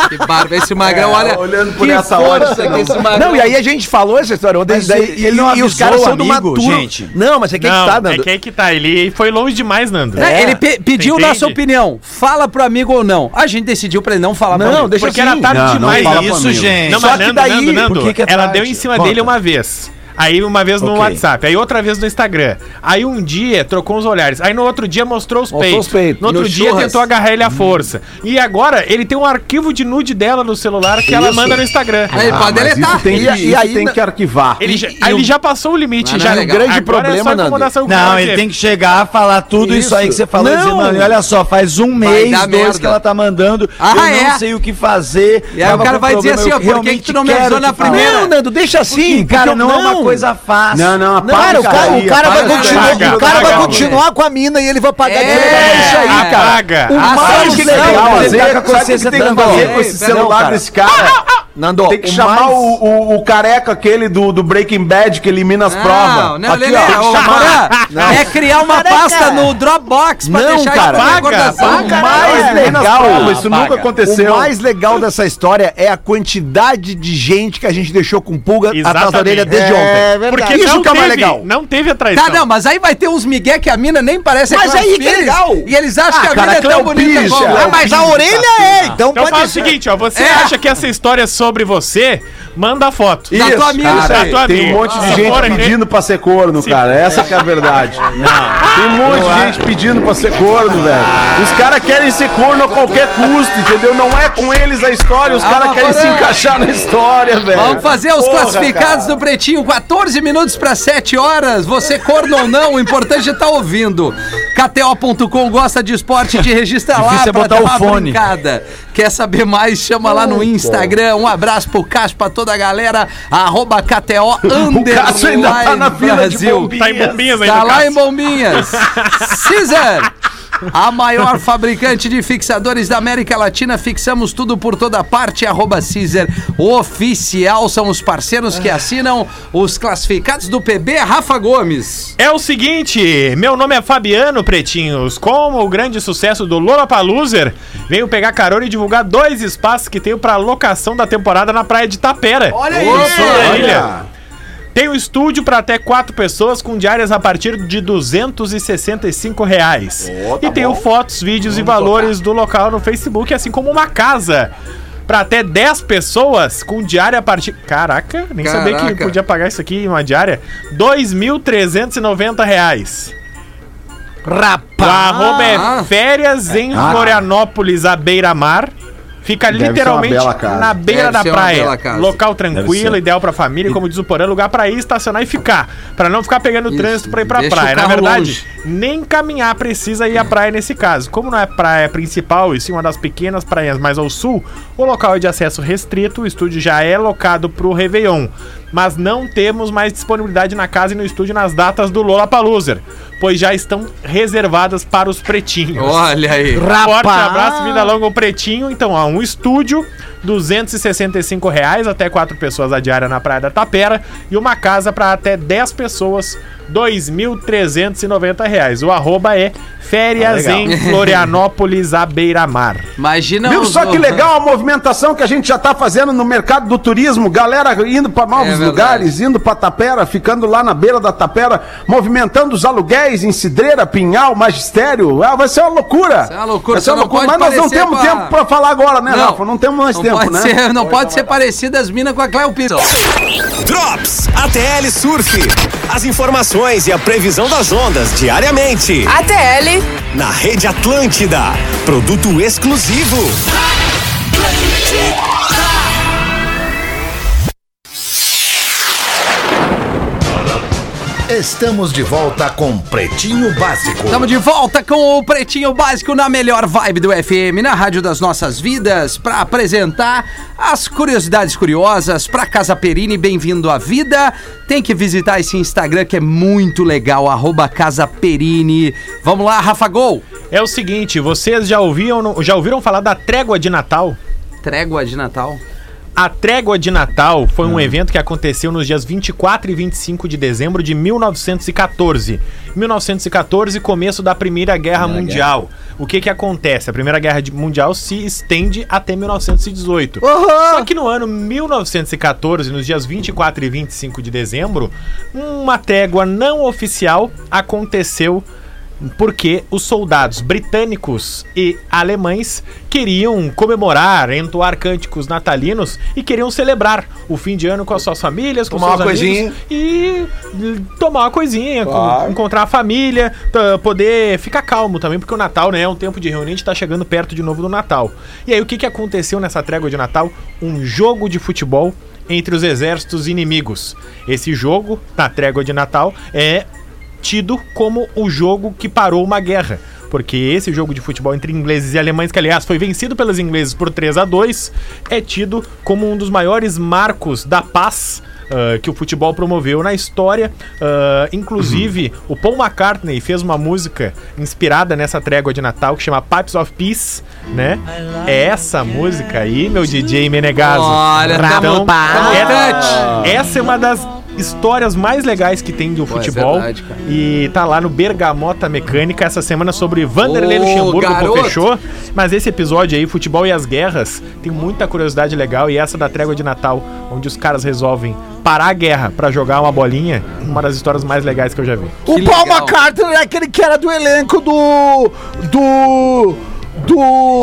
Speaker 2: Que barba. Esse magrão,
Speaker 5: É,
Speaker 2: olha.
Speaker 5: olhando por
Speaker 2: que
Speaker 5: essa
Speaker 2: força
Speaker 5: hora,
Speaker 2: que
Speaker 5: não.
Speaker 2: esse magrão.
Speaker 3: Não, e aí a gente falou essa história. ontem,
Speaker 7: Mas
Speaker 3: daí-
Speaker 7: ele não
Speaker 3: e, e os
Speaker 7: avisou
Speaker 3: caras
Speaker 7: o
Speaker 3: são de uma
Speaker 7: amigo,
Speaker 3: turma.
Speaker 7: gente.
Speaker 3: Não, mas é que
Speaker 6: não,
Speaker 3: tá, Nando.
Speaker 6: é que aí que tá. Ele foi longe demais, Nando.
Speaker 2: Né, ele pe- pediu
Speaker 6: Entende?
Speaker 2: nossa opinião. Fala pro amigo ou não. A gente decidiu pra ele não falar pra
Speaker 3: Não,
Speaker 2: amigo.
Speaker 3: deixa
Speaker 6: Porque
Speaker 3: assim.
Speaker 6: era tarde
Speaker 5: Não, não
Speaker 6: demais.
Speaker 5: fala
Speaker 6: isso,
Speaker 7: comigo.
Speaker 6: gente. Não,
Speaker 3: Só
Speaker 6: mas
Speaker 3: que
Speaker 6: Nando,
Speaker 3: daí,
Speaker 6: Nando, Nando,
Speaker 7: por que que é
Speaker 6: ela
Speaker 7: tarde?
Speaker 6: deu em cima
Speaker 7: Conta.
Speaker 6: dele uma vez. Aí uma vez no
Speaker 7: Ok.
Speaker 6: WhatsApp, aí outra vez no Instagram. Aí um dia trocou os olhares. Aí no outro dia mostrou os
Speaker 3: Mostrou
Speaker 6: peitos.
Speaker 3: os peitos.
Speaker 6: No outro
Speaker 2: No
Speaker 6: dia
Speaker 2: churras.
Speaker 6: tentou agarrar ele à força. E agora ele tem um arquivo de nude dela no celular que ela manda no Instagram.
Speaker 2: Aí ele tá
Speaker 5: Ah,
Speaker 2: pode
Speaker 5: mas
Speaker 2: deletar.
Speaker 5: isso tem,
Speaker 3: E-
Speaker 5: que,
Speaker 3: e
Speaker 5: isso
Speaker 3: aí
Speaker 5: tem
Speaker 3: na-
Speaker 5: que arquivar.
Speaker 6: Ele,
Speaker 2: E-
Speaker 6: já,
Speaker 2: e
Speaker 6: aí
Speaker 2: o-
Speaker 6: ele já passou o limite,
Speaker 2: Mas
Speaker 6: já.
Speaker 2: não é legal.
Speaker 6: Agora
Speaker 3: problema,
Speaker 6: é só
Speaker 3: Nando.
Speaker 6: incomodação com
Speaker 7: Não,
Speaker 6: ela,
Speaker 7: ele
Speaker 6: gente.
Speaker 7: tem que chegar, falar tudo isso, aí que você falou,
Speaker 3: Não.
Speaker 7: dizendo, "Olha, olha só, faz um mês,
Speaker 2: dar
Speaker 7: dois
Speaker 2: merda.
Speaker 7: que ela tá mandando,
Speaker 2: Ah,
Speaker 7: eu não
Speaker 2: é?
Speaker 7: sei o que fazer.
Speaker 2: E aí o
Speaker 7: tava
Speaker 2: cara
Speaker 7: com
Speaker 2: vai dizer
Speaker 7: problema,
Speaker 2: assim, ó,
Speaker 7: eu
Speaker 2: por que que tu não me
Speaker 7: realmente
Speaker 2: avisou
Speaker 7: quero
Speaker 2: na
Speaker 7: te falar."
Speaker 2: primeira?
Speaker 3: Não, Nando, deixa assim.
Speaker 7: Sim, cara, não, é uma coisa fácil.
Speaker 5: Não, não,
Speaker 8: Cara, o cara, o cara vai
Speaker 2: Paga,
Speaker 8: continuar,
Speaker 6: paga,
Speaker 8: o cara vai
Speaker 6: paga,
Speaker 8: continuar com a mina e ele vai pagar de
Speaker 2: É
Speaker 8: verdade.
Speaker 2: isso aí,
Speaker 6: cara. Apaga.
Speaker 5: é tá
Speaker 2: A
Speaker 3: mais
Speaker 2: solução-
Speaker 3: legal
Speaker 5: Sabe Ah, o
Speaker 3: fazer-
Speaker 5: que tem
Speaker 7: com a consciência
Speaker 5: que
Speaker 7: dando
Speaker 5: fazer
Speaker 7: a-
Speaker 5: com esse
Speaker 2: Não,
Speaker 5: celular
Speaker 3: cara.
Speaker 5: desse cara? Ah,
Speaker 3: Nando,
Speaker 5: Tem que chamar
Speaker 3: mais-
Speaker 5: o, o, o careca aquele do, do Breaking Bad que elimina as
Speaker 2: Não,
Speaker 5: provas.
Speaker 2: não, é
Speaker 5: Aqui,
Speaker 2: Lelê,
Speaker 5: ó, tem que
Speaker 2: ô,
Speaker 5: chamar.
Speaker 2: Porã, É criar uma pasta no Dropbox pra
Speaker 3: Não,
Speaker 2: deixar
Speaker 3: cara.
Speaker 2: pra
Speaker 6: Paga,
Speaker 2: recordação.
Speaker 6: paga,
Speaker 2: Mas-
Speaker 5: mais
Speaker 3: É,
Speaker 5: legal.
Speaker 3: nas provas,
Speaker 5: isso
Speaker 3: paga.
Speaker 5: nunca aconteceu.
Speaker 3: O mais legal dessa história é a quantidade de gente que a gente deixou com pulga atrás da
Speaker 6: Exatamente.
Speaker 3: orelha desde ontem.
Speaker 6: Porque
Speaker 3: Isso
Speaker 6: não
Speaker 3: que é o mais
Speaker 6: teve-
Speaker 3: legal.
Speaker 6: Não teve a traição.
Speaker 2: Tá, não, mas aí vai ter uns migué que a mina nem parece a
Speaker 3: Mas
Speaker 2: Clara
Speaker 3: aí que é
Speaker 2: Pires,
Speaker 3: legal.
Speaker 2: E eles acham que a
Speaker 3: cara,
Speaker 2: mina é tão
Speaker 3: Cléo
Speaker 2: bonita
Speaker 3: Pires,
Speaker 2: como...
Speaker 3: cara.
Speaker 2: Ah, mas a orelha é, então...
Speaker 6: Então faz o seguinte, ó. Você
Speaker 2: É.
Speaker 6: acha que essa história é sobre você? Manda a foto.
Speaker 2: Da tá tua amiga,
Speaker 5: cara,
Speaker 2: isso aí.
Speaker 6: da tua
Speaker 5: tem um
Speaker 6: amiga.
Speaker 5: monte de
Speaker 6: Se for
Speaker 5: gente
Speaker 6: aquele-
Speaker 5: pedindo pra ser corno, cara. Essa que é a
Speaker 2: [laughs]
Speaker 5: verdade. Tem um monte de gente pedindo pra ser corno, velho. Os caras querem ser corno a qualquer custo, entendeu? Não é com eles a história, os caras
Speaker 2: Ah, mas
Speaker 5: querem se
Speaker 2: porém.
Speaker 5: encaixar na história, velho.
Speaker 2: Vamos fazer os
Speaker 5: Porra,
Speaker 2: classificados do Pretinho, 14 minutos para 7 horas. Você corno ou não, o importante é estar ouvindo. KTO.com gosta de esporte, te registra lá
Speaker 7: Difícil é
Speaker 2: pra
Speaker 7: botar
Speaker 2: dar
Speaker 7: o
Speaker 2: uma
Speaker 7: fone.
Speaker 2: brincada. Quer saber mais? Chama lá no Instagram. Um abraço pro Cássio, pra toda a galera. Arroba KTO
Speaker 5: O Cássio ainda tá na
Speaker 2: underline
Speaker 5: fila de
Speaker 2: Brasil.
Speaker 5: bombinha.
Speaker 6: Tá em bombinhas ainda,
Speaker 2: Tá lá
Speaker 6: Cássio.
Speaker 2: em Bombinhas. Caesar, a maior fabricante de fixadores da América Latina. Fixamos tudo por toda parte. Arroba Caesar Oficial são os parceiros que assinam os classificados do PB. Rafa Gomes.
Speaker 6: É o seguinte, meu nome é Fabiano Pretinhos. Com o grande sucesso do Lollapalooza, venho pegar carona e divulgar dois espaços que tenho para locação da temporada na praia de Tapera. Olha isso! É. Tem um estúdio para até quatro pessoas com diárias a partir de R$ 265 reais.
Speaker 5: tá
Speaker 6: e tenho fotos, vídeos e valores do local no Facebook, assim como uma casa. Pra até 10 pessoas com diária a partir. Caraca, nem sabia que
Speaker 2: Caraca.
Speaker 6: podia pagar isso aqui em uma diária. R$ 2.390 reais. O arroba é férias em Florianópolis, à beira-mar. Fica
Speaker 5: Ah. Deve ser uma
Speaker 6: literalmente
Speaker 5: bela casa.
Speaker 6: na beira
Speaker 2: Deve
Speaker 6: da
Speaker 2: ser uma bela
Speaker 6: praia.
Speaker 2: casa.
Speaker 6: Local
Speaker 7: Deve
Speaker 6: tranquilo,
Speaker 7: ser.
Speaker 6: ideal pra família, como diz o Porã, lugar pra ir, estacionar e ficar. Pra não ficar pegando trânsito pra ir pra
Speaker 2: deixa o
Speaker 6: praia. Na
Speaker 2: carro
Speaker 6: verdade,
Speaker 2: longe.
Speaker 6: nem caminhar precisa ir à praia nesse caso. Como não é praia principal e sim uma das pequenas praias mais ao sul, o local é de acesso restrito, o estúdio já é locado pro Réveillon. Mas não temos mais disponibilidade na casa e no estúdio nas datas do Lollapalooza, pois já estão reservadas para os pretinhos.
Speaker 2: Olha aí.
Speaker 6: Forte abraço, vida longa, o pretinho. Então, ó, um estúdio, 265 reais, até quatro pessoas a diária na Praia da Tapera. E uma casa para até 10 pessoas, 2.390 reais. O arroba é férias
Speaker 7: Ah, legal.
Speaker 6: em Florianópolis, à beira-mar.
Speaker 2: Imagina
Speaker 5: Viu
Speaker 2: os-
Speaker 5: só que legal a movimentação que a gente já tá fazendo no mercado do turismo, galera indo para
Speaker 2: É
Speaker 5: novos
Speaker 2: verdade.
Speaker 5: lugares, indo para Tapera, ficando lá na beira da Tapera, movimentando os aluguéis em Cidreira, Pinhal, Magistério. Ah, vai ser uma loucura.
Speaker 2: é uma loucura,
Speaker 5: Vai ser uma
Speaker 2: só não
Speaker 5: loucura, mas
Speaker 2: pode
Speaker 5: nós não
Speaker 2: parecer
Speaker 5: temos
Speaker 2: com a-
Speaker 5: tempo para falar agora, né, Rafa? Não temos mais
Speaker 2: não
Speaker 5: tempo,
Speaker 2: pode
Speaker 5: né?
Speaker 2: ser- não pode ser parecida as minas com a Cléo Pires.
Speaker 10: Drops ATL Surf. As informações e a previsão das ondas diariamente.
Speaker 11: ATL
Speaker 10: Na Rede Atlântida. Produto exclusivo.
Speaker 12: Estamos de volta com Pretinho Básico.
Speaker 2: Estamos de volta com o Pretinho Básico na melhor vibe do FM, na Rádio das Nossas Vidas, para apresentar as curiosidades curiosas para Casa Perini, bem-vindo à vida. Tem que visitar esse Instagram que é muito legal, arroba Casa Perini. Vamos lá, Rafa Gol.
Speaker 6: É o seguinte, vocês já ouviram, já ouviram falar da trégua de Natal?
Speaker 2: Trégua de Natal.
Speaker 6: A Trégua de Natal foi um evento que aconteceu nos dias 24 e 25 de dezembro de 1914. 1914, começo da Primeira Guerra Mundial. O que que acontece? A Primeira Guerra de- Mundial se estende até 1918.
Speaker 3: Ah.
Speaker 6: Só que no ano 1914, nos dias 24 e 25 de dezembro, uma trégua não oficial aconteceu porque os soldados britânicos e alemães queriam comemorar, entoar cânticos natalinos e queriam celebrar o fim de ano com as suas famílias, com
Speaker 3: Tomar
Speaker 6: seus
Speaker 3: uma
Speaker 6: amigos
Speaker 3: coisinha.
Speaker 6: e hum, tomar uma coisinha, com- encontrar a família, t- poder ficar calmo também, porque o Natal né, é um tempo de reunião, a gente tá chegando perto de novo do Natal. E aí o que, que aconteceu nessa trégua de Natal? Um jogo de futebol entre os exércitos inimigos. Esse jogo, na trégua de Natal, é tido como o jogo que parou uma guerra. Porque esse jogo de futebol entre ingleses e alemães, que aliás foi vencido pelos ingleses por 3 a 2 é tido como um dos maiores marcos da paz ah, que o futebol promoveu na história. Ah, inclusive, o Paul McCartney fez uma música inspirada nessa trégua de Natal que chama Pipes of Peace, né? É essa música aí, meu DJ Menegaso. Então,
Speaker 2: Olha, tamo- tamo
Speaker 6: essa, essa é uma das histórias mais legais que tem do
Speaker 2: Ah. é
Speaker 6: futebol.
Speaker 2: verdade, cara.
Speaker 6: E tá lá no Bergamota Mecânica essa semana sobre Vanderlei
Speaker 2: Ô,
Speaker 6: Luxemburgo
Speaker 2: garoto!
Speaker 6: que fechou. Mas esse episódio aí, Futebol e as Guerras, tem muita curiosidade legal. E essa da Trégua de Natal, onde os caras resolvem parar a guerra pra jogar uma bolinha, uma das histórias mais legais que eu já vi.
Speaker 8: O
Speaker 2: Que
Speaker 8: Paul
Speaker 2: legal.
Speaker 8: McCartney é aquele que era do elenco do. do. do.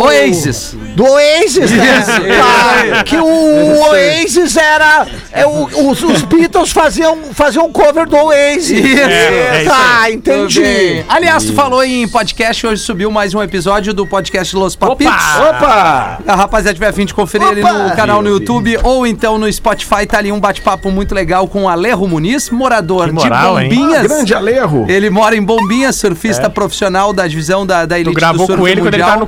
Speaker 2: Oasis.
Speaker 8: Do Oasis, né?
Speaker 2: Isso,
Speaker 8: Tá, que o Oasis era. é, o- os, os Beatles faziam, faziam um cover do Oasis.
Speaker 2: Isso.
Speaker 6: É, é isso
Speaker 8: tá,
Speaker 2: Entendi.
Speaker 8: entendi.
Speaker 2: Aliás, tu falou em podcast, hoje subiu mais um episódio do podcast Los Papitos.
Speaker 3: Opa!
Speaker 2: A rapaziada tiver a fim de conferir ali no canal no YouTube ou então no Spotify, tá ali um bate-papo muito legal com o Alejo Muniz, morador
Speaker 6: Que moral,
Speaker 2: de
Speaker 6: hein? É.
Speaker 2: Bombinhas.
Speaker 5: Ah, Grande alerro.
Speaker 2: Ele mora em Bombinhas, surfista profissional da divisão da, da elite
Speaker 6: Tu
Speaker 2: do
Speaker 6: gravou
Speaker 2: surf
Speaker 6: com ele quando ele
Speaker 2: mundial.
Speaker 6: tava no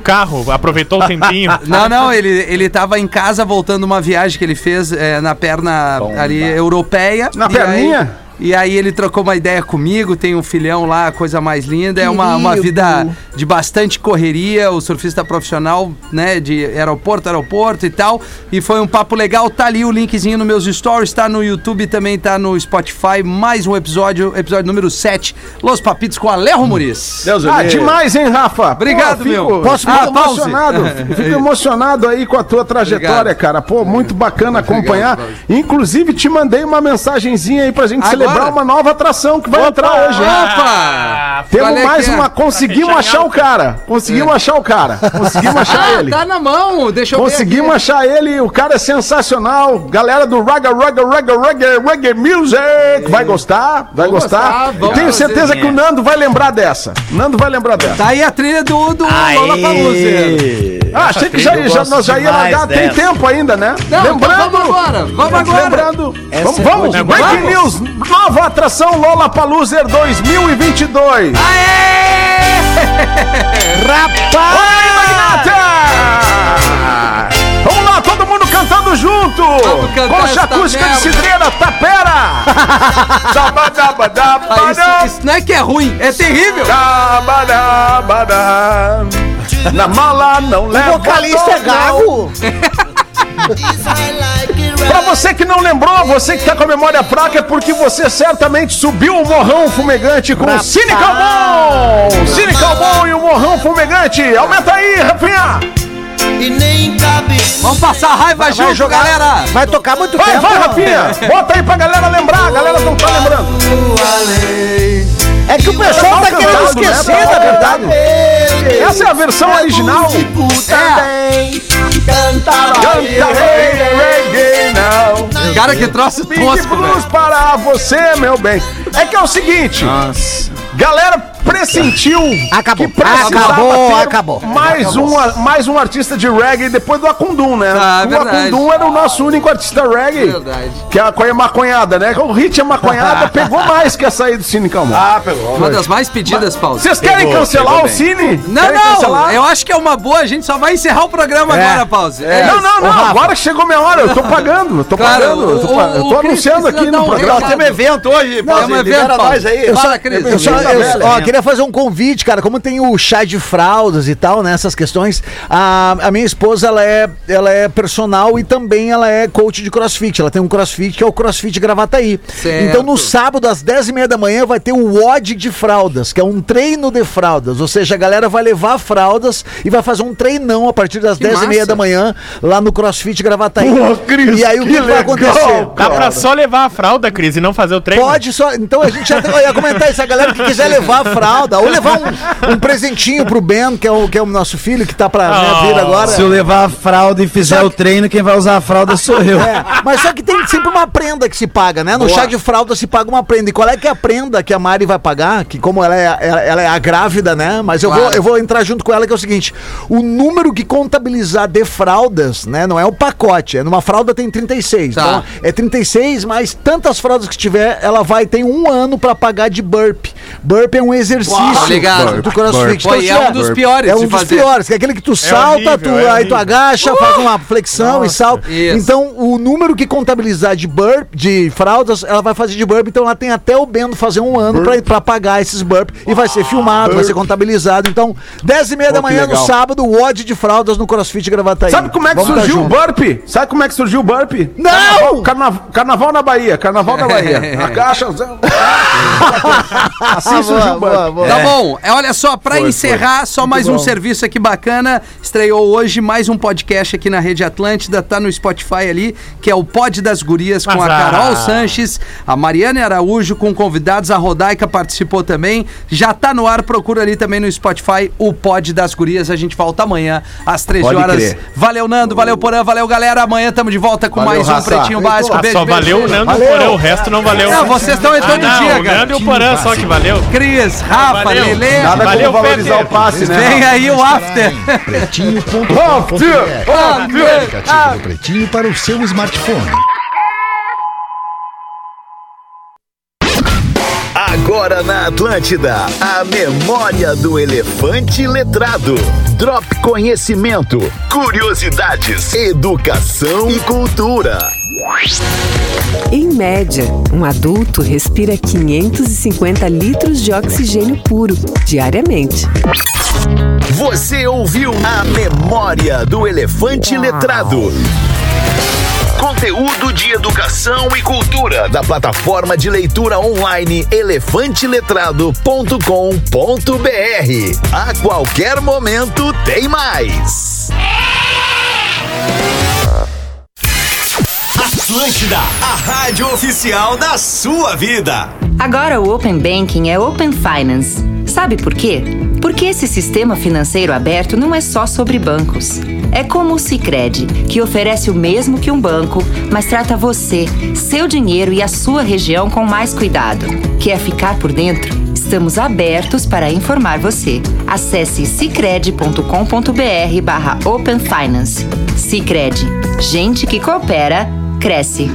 Speaker 2: [laughs]
Speaker 6: carro, aproveitou o tempinho.
Speaker 2: Não, não, ele, ele tava em casa voltando uma viagem que ele fez eh, na perna ali europeia.
Speaker 5: Na
Speaker 2: E
Speaker 5: perninha?
Speaker 2: aí- e aí ele trocou uma ideia comigo, tem um filhão lá, coisa mais linda. É uma, uma vida de bastante correria, o surfista profissional, né, de aeroporto, aeroporto e tal. E foi um papo legal, tá ali o linkzinho nos meus stories, tá no YouTube, também tá no Spotify. Mais um episódio, episódio número 7, Los Papitos com Alejo Muniz.
Speaker 3: Deus
Speaker 5: Ah, demais, hein, Rafa?
Speaker 2: Obrigado,
Speaker 5: fico-
Speaker 2: meu.
Speaker 5: Posso
Speaker 2: Ah,
Speaker 5: ficar
Speaker 2: pause. [laughs] É
Speaker 5: emocionado? Fico emocionado aí com a tua trajetória,
Speaker 2: Obrigado.
Speaker 5: cara. Pô, muito bacana acompanhar. Inclusive, te mandei uma mensagenzinha aí pra gente
Speaker 2: Agora?
Speaker 5: celebrar uma nova atração que vai entrar hoje. né?
Speaker 2: Opa!
Speaker 5: Temos
Speaker 2: Qual é que
Speaker 5: mais
Speaker 2: é?
Speaker 5: uma. Conseguimos achar o cara. Conseguimos achar o cara. Conseguimos achar ele.
Speaker 2: tá na mão, deixa eu
Speaker 5: Conseguimos achar ele, o cara é sensacional. Galera do Raga Raga Raga Raga Raga Music. Vai gostar, vai
Speaker 2: gostar,
Speaker 5: gostar.
Speaker 2: vamos
Speaker 5: E tenho
Speaker 2: fazer.
Speaker 5: certeza que o Nando vai lembrar dessa. Nando vai lembrar dessa.
Speaker 2: Tá aí a trilha do, do Lollapalooza.
Speaker 5: Ah, achei que já,
Speaker 7: trilha eu
Speaker 5: já-
Speaker 7: gosto
Speaker 5: nós já ia
Speaker 7: demais
Speaker 5: largar. Tem
Speaker 7: dessa.
Speaker 5: tempo ainda, né?
Speaker 2: Não, então vamos agora, vamos agora.
Speaker 5: Lembrando. Vamos,
Speaker 7: é
Speaker 5: vamos.
Speaker 7: boa
Speaker 5: Breaking News, nova atração Lola Paluser 2022. [laughs] Magnata! Vamos lá, todo mundo cantando junto!
Speaker 2: Vamos cantar
Speaker 5: Concha
Speaker 2: esta
Speaker 5: acústica de
Speaker 2: merda.
Speaker 5: cidreira, tapera! Dabadabadá,
Speaker 2: Ah, isso, isso não é que é ruim, é terrível.
Speaker 5: dabadabadá. Na mala não leva.
Speaker 8: O vocalista é
Speaker 5: dor,
Speaker 8: gago.
Speaker 5: não. Pra você que não lembrou, você que tá com a memória fraca, é porque você certamente subiu o morrão fumegante com o Cine Calmon! Cine Calmon e o morrão fumegante! Aumenta aí, Rafinha!
Speaker 2: Vamos passar raiva junto,
Speaker 5: jogar.
Speaker 2: galera.
Speaker 8: Vai tocar muito
Speaker 5: Vai,
Speaker 8: tempo.
Speaker 5: vai, Rafinha! Bota aí pra galera lembrar, a galera não tá lembrando.
Speaker 8: É que o pessoal tá querendo
Speaker 5: Cantado, né?
Speaker 8: esquecer, na verdade.
Speaker 5: Essa é a versão original. É. Canta reggae, reggae, não.
Speaker 2: Cara, que troço
Speaker 5: Big
Speaker 2: tosco,
Speaker 5: Blues
Speaker 2: velho.
Speaker 5: para você, meu bem. É que é o seguinte. Galera pressentiu
Speaker 8: Acabou.
Speaker 5: que precisava
Speaker 8: Acabou,
Speaker 5: ter
Speaker 8: acabou.
Speaker 5: Mais, Um, a- mais um artista de reggae depois do Acundum, né?
Speaker 2: Ah,
Speaker 5: o
Speaker 2: verdade.
Speaker 5: Acundum era o nosso único artista reggae.
Speaker 2: Verdade.
Speaker 5: Que é a coisa maconhada, né? O hit
Speaker 3: [laughs]
Speaker 5: é maconhada, pegou mais que a saída do Cine Calmon.
Speaker 3: Ah, pegou.
Speaker 2: Uma das mais pedidas, Paulo.
Speaker 5: Vocês querem
Speaker 3: Pegou,
Speaker 5: cancelar
Speaker 3: pegou
Speaker 5: o
Speaker 3: bem.
Speaker 5: Cine?
Speaker 2: Não,
Speaker 5: Querem
Speaker 2: não,
Speaker 5: cancelar?
Speaker 2: eu acho que é uma boa, a gente só vai encerrar o programa agora, Pause. É
Speaker 5: Não,
Speaker 2: isso.
Speaker 5: não, não, agora que chegou minha hora, eu tô pagando, eu tô
Speaker 2: Cara,
Speaker 5: pagando, eu tô,
Speaker 2: o-
Speaker 5: pagando, eu tô
Speaker 2: o Cris
Speaker 5: anunciando
Speaker 2: precisa
Speaker 5: aqui
Speaker 2: dar
Speaker 5: no
Speaker 2: um
Speaker 5: programa.
Speaker 2: recado.
Speaker 3: Nós temos evento hoje,
Speaker 2: É
Speaker 3: Paulo.
Speaker 2: um evento,
Speaker 3: libera
Speaker 2: Paulo.
Speaker 3: nós aí.
Speaker 2: Fala, Cris.
Speaker 8: Eu só, eu, ó, queria
Speaker 4: queria fazer um convite, cara. Como tem o chá de fraldas e tal, né? Essas questões. A, a minha esposa, ela é, ela é personal e também ela é coach de crossfit. Ela tem um crossfit que é o crossfit Gravataí.
Speaker 2: Certo.
Speaker 4: Então, no sábado, às 10h30 da manhã, vai ter o WOD de fraldas, que é um treino de fraldas. Ou seja, a galera vai levar fraldas e vai fazer um treinão a partir das
Speaker 2: Que
Speaker 4: 10h30
Speaker 2: massa.
Speaker 4: da manhã lá no crossfit Gravataí.
Speaker 5: Pô, Cris,
Speaker 4: e aí, o que,
Speaker 5: que
Speaker 4: vai
Speaker 5: legal,
Speaker 4: acontecer?
Speaker 6: Dá pra só levar a fralda, Cris, e não fazer o treino?
Speaker 4: Pode só. Então a gente já tem- eu ia comentar isso. A galera que quiser levar a fralda ou levar um, um presentinho pro Ben, que é o, que é o nosso filho, que tá pra né, vir agora.
Speaker 7: Se eu levar a fralda e fizer o treino, quem vai usar a fralda sou eu.
Speaker 4: É, mas só que tem sempre uma prenda que se paga, né? No chá de fralda se paga uma prenda. E qual é que é a prenda que a Mari vai pagar? Que como ela é, ela, ela é a grávida, né? Mas eu, vou,
Speaker 2: Claro.
Speaker 4: eu vou entrar junto com ela, que é o seguinte: o número que contabilizar de fraldas, né? Não é o pacote. É numa fralda tem 36.
Speaker 2: Tá.
Speaker 4: Então, é 36, mas tantas fraldas que tiver, ela vai ter um ano pra pagar de burp. Burp é um exercício
Speaker 2: Uau, Tá ligado.
Speaker 4: do crossfit. Então,
Speaker 2: Pô, e é um
Speaker 4: se
Speaker 2: dos piores
Speaker 4: É um
Speaker 2: de
Speaker 4: dos
Speaker 2: fazer.
Speaker 4: piores, que é aquele que tu salta,
Speaker 6: horrível,
Speaker 4: tu,
Speaker 6: é
Speaker 4: aí tu
Speaker 6: horrível.
Speaker 4: agacha, faz uma flexão e salta.
Speaker 2: Isso.
Speaker 4: Então, o número que contabilizar de burp, de fraldas, ela vai fazer de burp, então ela tem até o Bendo fazer um ano pra, pra pagar esses burp e vai ser filmado, vai ser contabilizado. Então, 10 e meia da manhã no sábado, o ódio de fraldas no CrossFit Gravataí.
Speaker 5: Sabe como é que
Speaker 4: Vamos tá
Speaker 5: surgiu o
Speaker 4: junto.
Speaker 5: burpee? Sabe como é que surgiu o burpee?
Speaker 4: Não!
Speaker 5: Carnaval, carna- carnaval na Bahia, carnaval na
Speaker 4: [laughs]
Speaker 5: Bahia. Agacha. assim surgiu o burpee.
Speaker 2: Tá bom, É, olha só, pra encerrar, só mais um serviço aqui bacana. Estreou hoje mais um podcast aqui na Rede Atlântida, tá no Spotify ali, que é o Pod das Gurias com a
Speaker 6: Mas, ah.
Speaker 2: Carol Sanches, a Mariane Araújo com convidados, a Rodaica participou também. Já tá no ar, procura ali também no Spotify o Pod das Gurias. A gente volta amanhã às 13
Speaker 3: Pode
Speaker 2: horas.
Speaker 3: crer.
Speaker 2: Valeu, Nando, valeu, Porã, valeu, galera. Amanhã tamo de volta com mais um
Speaker 3: raça.
Speaker 2: Pretinho Básico.
Speaker 6: Ah, só valeu o Nando e o Porã, o resto não valeu.
Speaker 2: Não, vocês estão aí
Speaker 6: Ah,
Speaker 2: todo
Speaker 6: não,
Speaker 2: dia,
Speaker 6: o
Speaker 2: cara.
Speaker 6: Nando e o Porã só que valeu.
Speaker 2: Cris, Rafa,
Speaker 6: Valeu.
Speaker 2: Lelê.
Speaker 5: Nada
Speaker 6: Valeu,
Speaker 5: como valorizar
Speaker 6: Pepe.
Speaker 5: o passe, né?
Speaker 2: Vem aí o after.
Speaker 12: Pretinho.com.br. Aplicativo do Pretinho para o seu smartphone.
Speaker 10: Agora na Atlântida, a memória do elefante letrado. Drop conhecimento, curiosidades, educação e cultura.
Speaker 11: Em média, um adulto respira 550 litros de oxigênio puro diariamente.
Speaker 10: Você ouviu a memória do elefante letrado. Conteúdo de educação e cultura da plataforma de leitura online elefanteletrado.com.br. A qualquer momento tem mais. Atlântida, a rádio oficial da sua vida.
Speaker 11: Agora o Open Banking é Open Finance. Sabe por quê? Porque esse sistema financeiro aberto não é só sobre bancos. É como o Sicredi, que oferece o mesmo que um banco, mas trata você, seu dinheiro e a sua região com mais cuidado. Quer ficar por dentro? Estamos abertos para informar você. Acesse sicredi.com.br barra Open Finance. Sicredi, gente que coopera, cresce.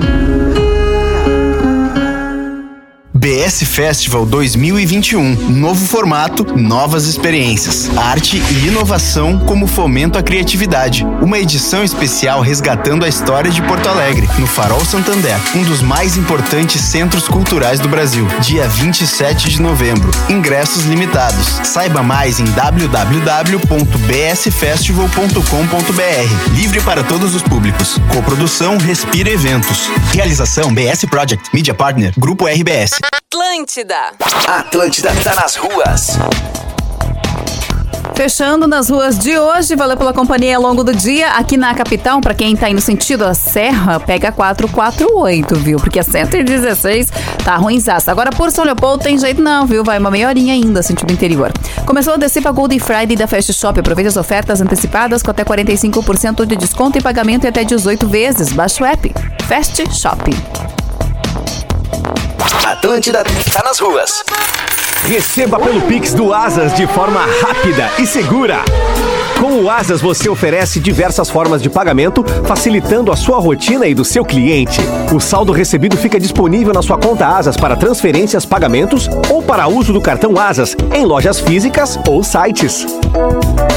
Speaker 13: BS Festival 2021. Novo formato, novas experiências. Arte e inovação como fomento à criatividade. Uma edição especial resgatando a história de Porto Alegre, no Farol Santander, um dos mais importantes centros culturais do Brasil. Dia 27 de novembro. Ingressos limitados. Saiba mais em www.bsfestival.com.br. Livre para todos os públicos. Coprodução Respira Eventos. Realização BS Project, Media Partner, Grupo RBS.
Speaker 11: Atlântida.
Speaker 10: Atlântida tá nas ruas.
Speaker 14: Fechando nas ruas de hoje, valeu pela companhia ao longo do dia. Aqui na capital, pra quem tá indo sentido a serra, pega a 448, viu? Porque a 116 tá ruimzaça. Agora por São Leopoldo tem jeito não, viu? Vai uma meia horinha ainda, sentido interior. Começou a descer pra Golden Friday da Fast Shop. Aproveite as ofertas antecipadas com até 45% de desconto e pagamento em até 18 vezes. Baixa o app. Fast Shop.
Speaker 10: Atlântida tá nas ruas. Receba pelo Pix do Asas de forma rápida e segura. Com o Asas você oferece diversas formas de pagamento, facilitando a sua rotina e do seu cliente. O saldo recebido fica disponível na sua conta Asas para transferências, pagamentos ou para uso do cartão Asas em lojas físicas ou sites.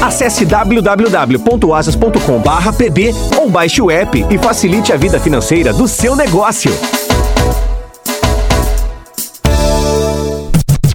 Speaker 10: Acesse www.asas.com/pb ou baixe o app e facilite a vida financeira do seu negócio.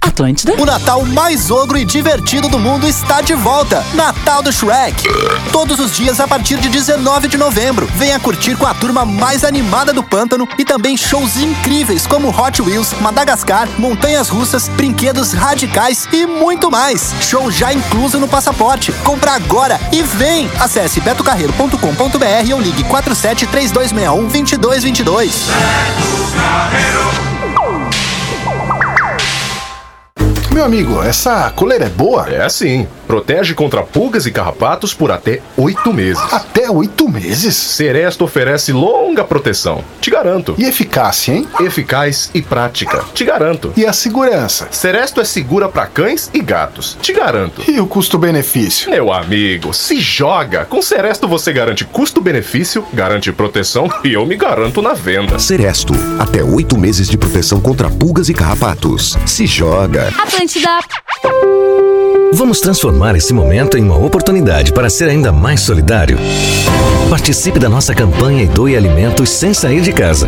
Speaker 11: Atlântida.
Speaker 15: O Natal mais ogro e divertido do mundo está de volta. Natal do Shrek. Todos os dias a partir de 19 de novembro. Venha curtir com a turma mais animada do pântano e também shows incríveis como Hot Wheels, Madagascar, Montanhas Russas, Brinquedos Radicais e muito mais. Show já incluso no passaporte. Compra agora e vem! Acesse betocarreiro.com.br ou ligue 47 3261 2222.
Speaker 16: Meu amigo, essa coleira é boa? É sim. Protege contra pulgas e carrapatos por até oito meses. Até oito meses? Seresto oferece longa proteção. Te garanto. E eficácia, hein? Eficaz e prática. Te garanto. E a segurança? Seresto é segura para cães e gatos. Te garanto. E o custo-benefício? Meu amigo, se joga. Com Seresto você garante custo-benefício, garante proteção e eu me garanto na venda.
Speaker 17: Seresto, até oito meses de proteção contra pulgas e carrapatos. Se joga.
Speaker 18: Atlântida.
Speaker 19: Vamos transformar esse momento em uma oportunidade para ser ainda mais solidário. Participe da nossa campanha e doe alimentos sem sair de casa.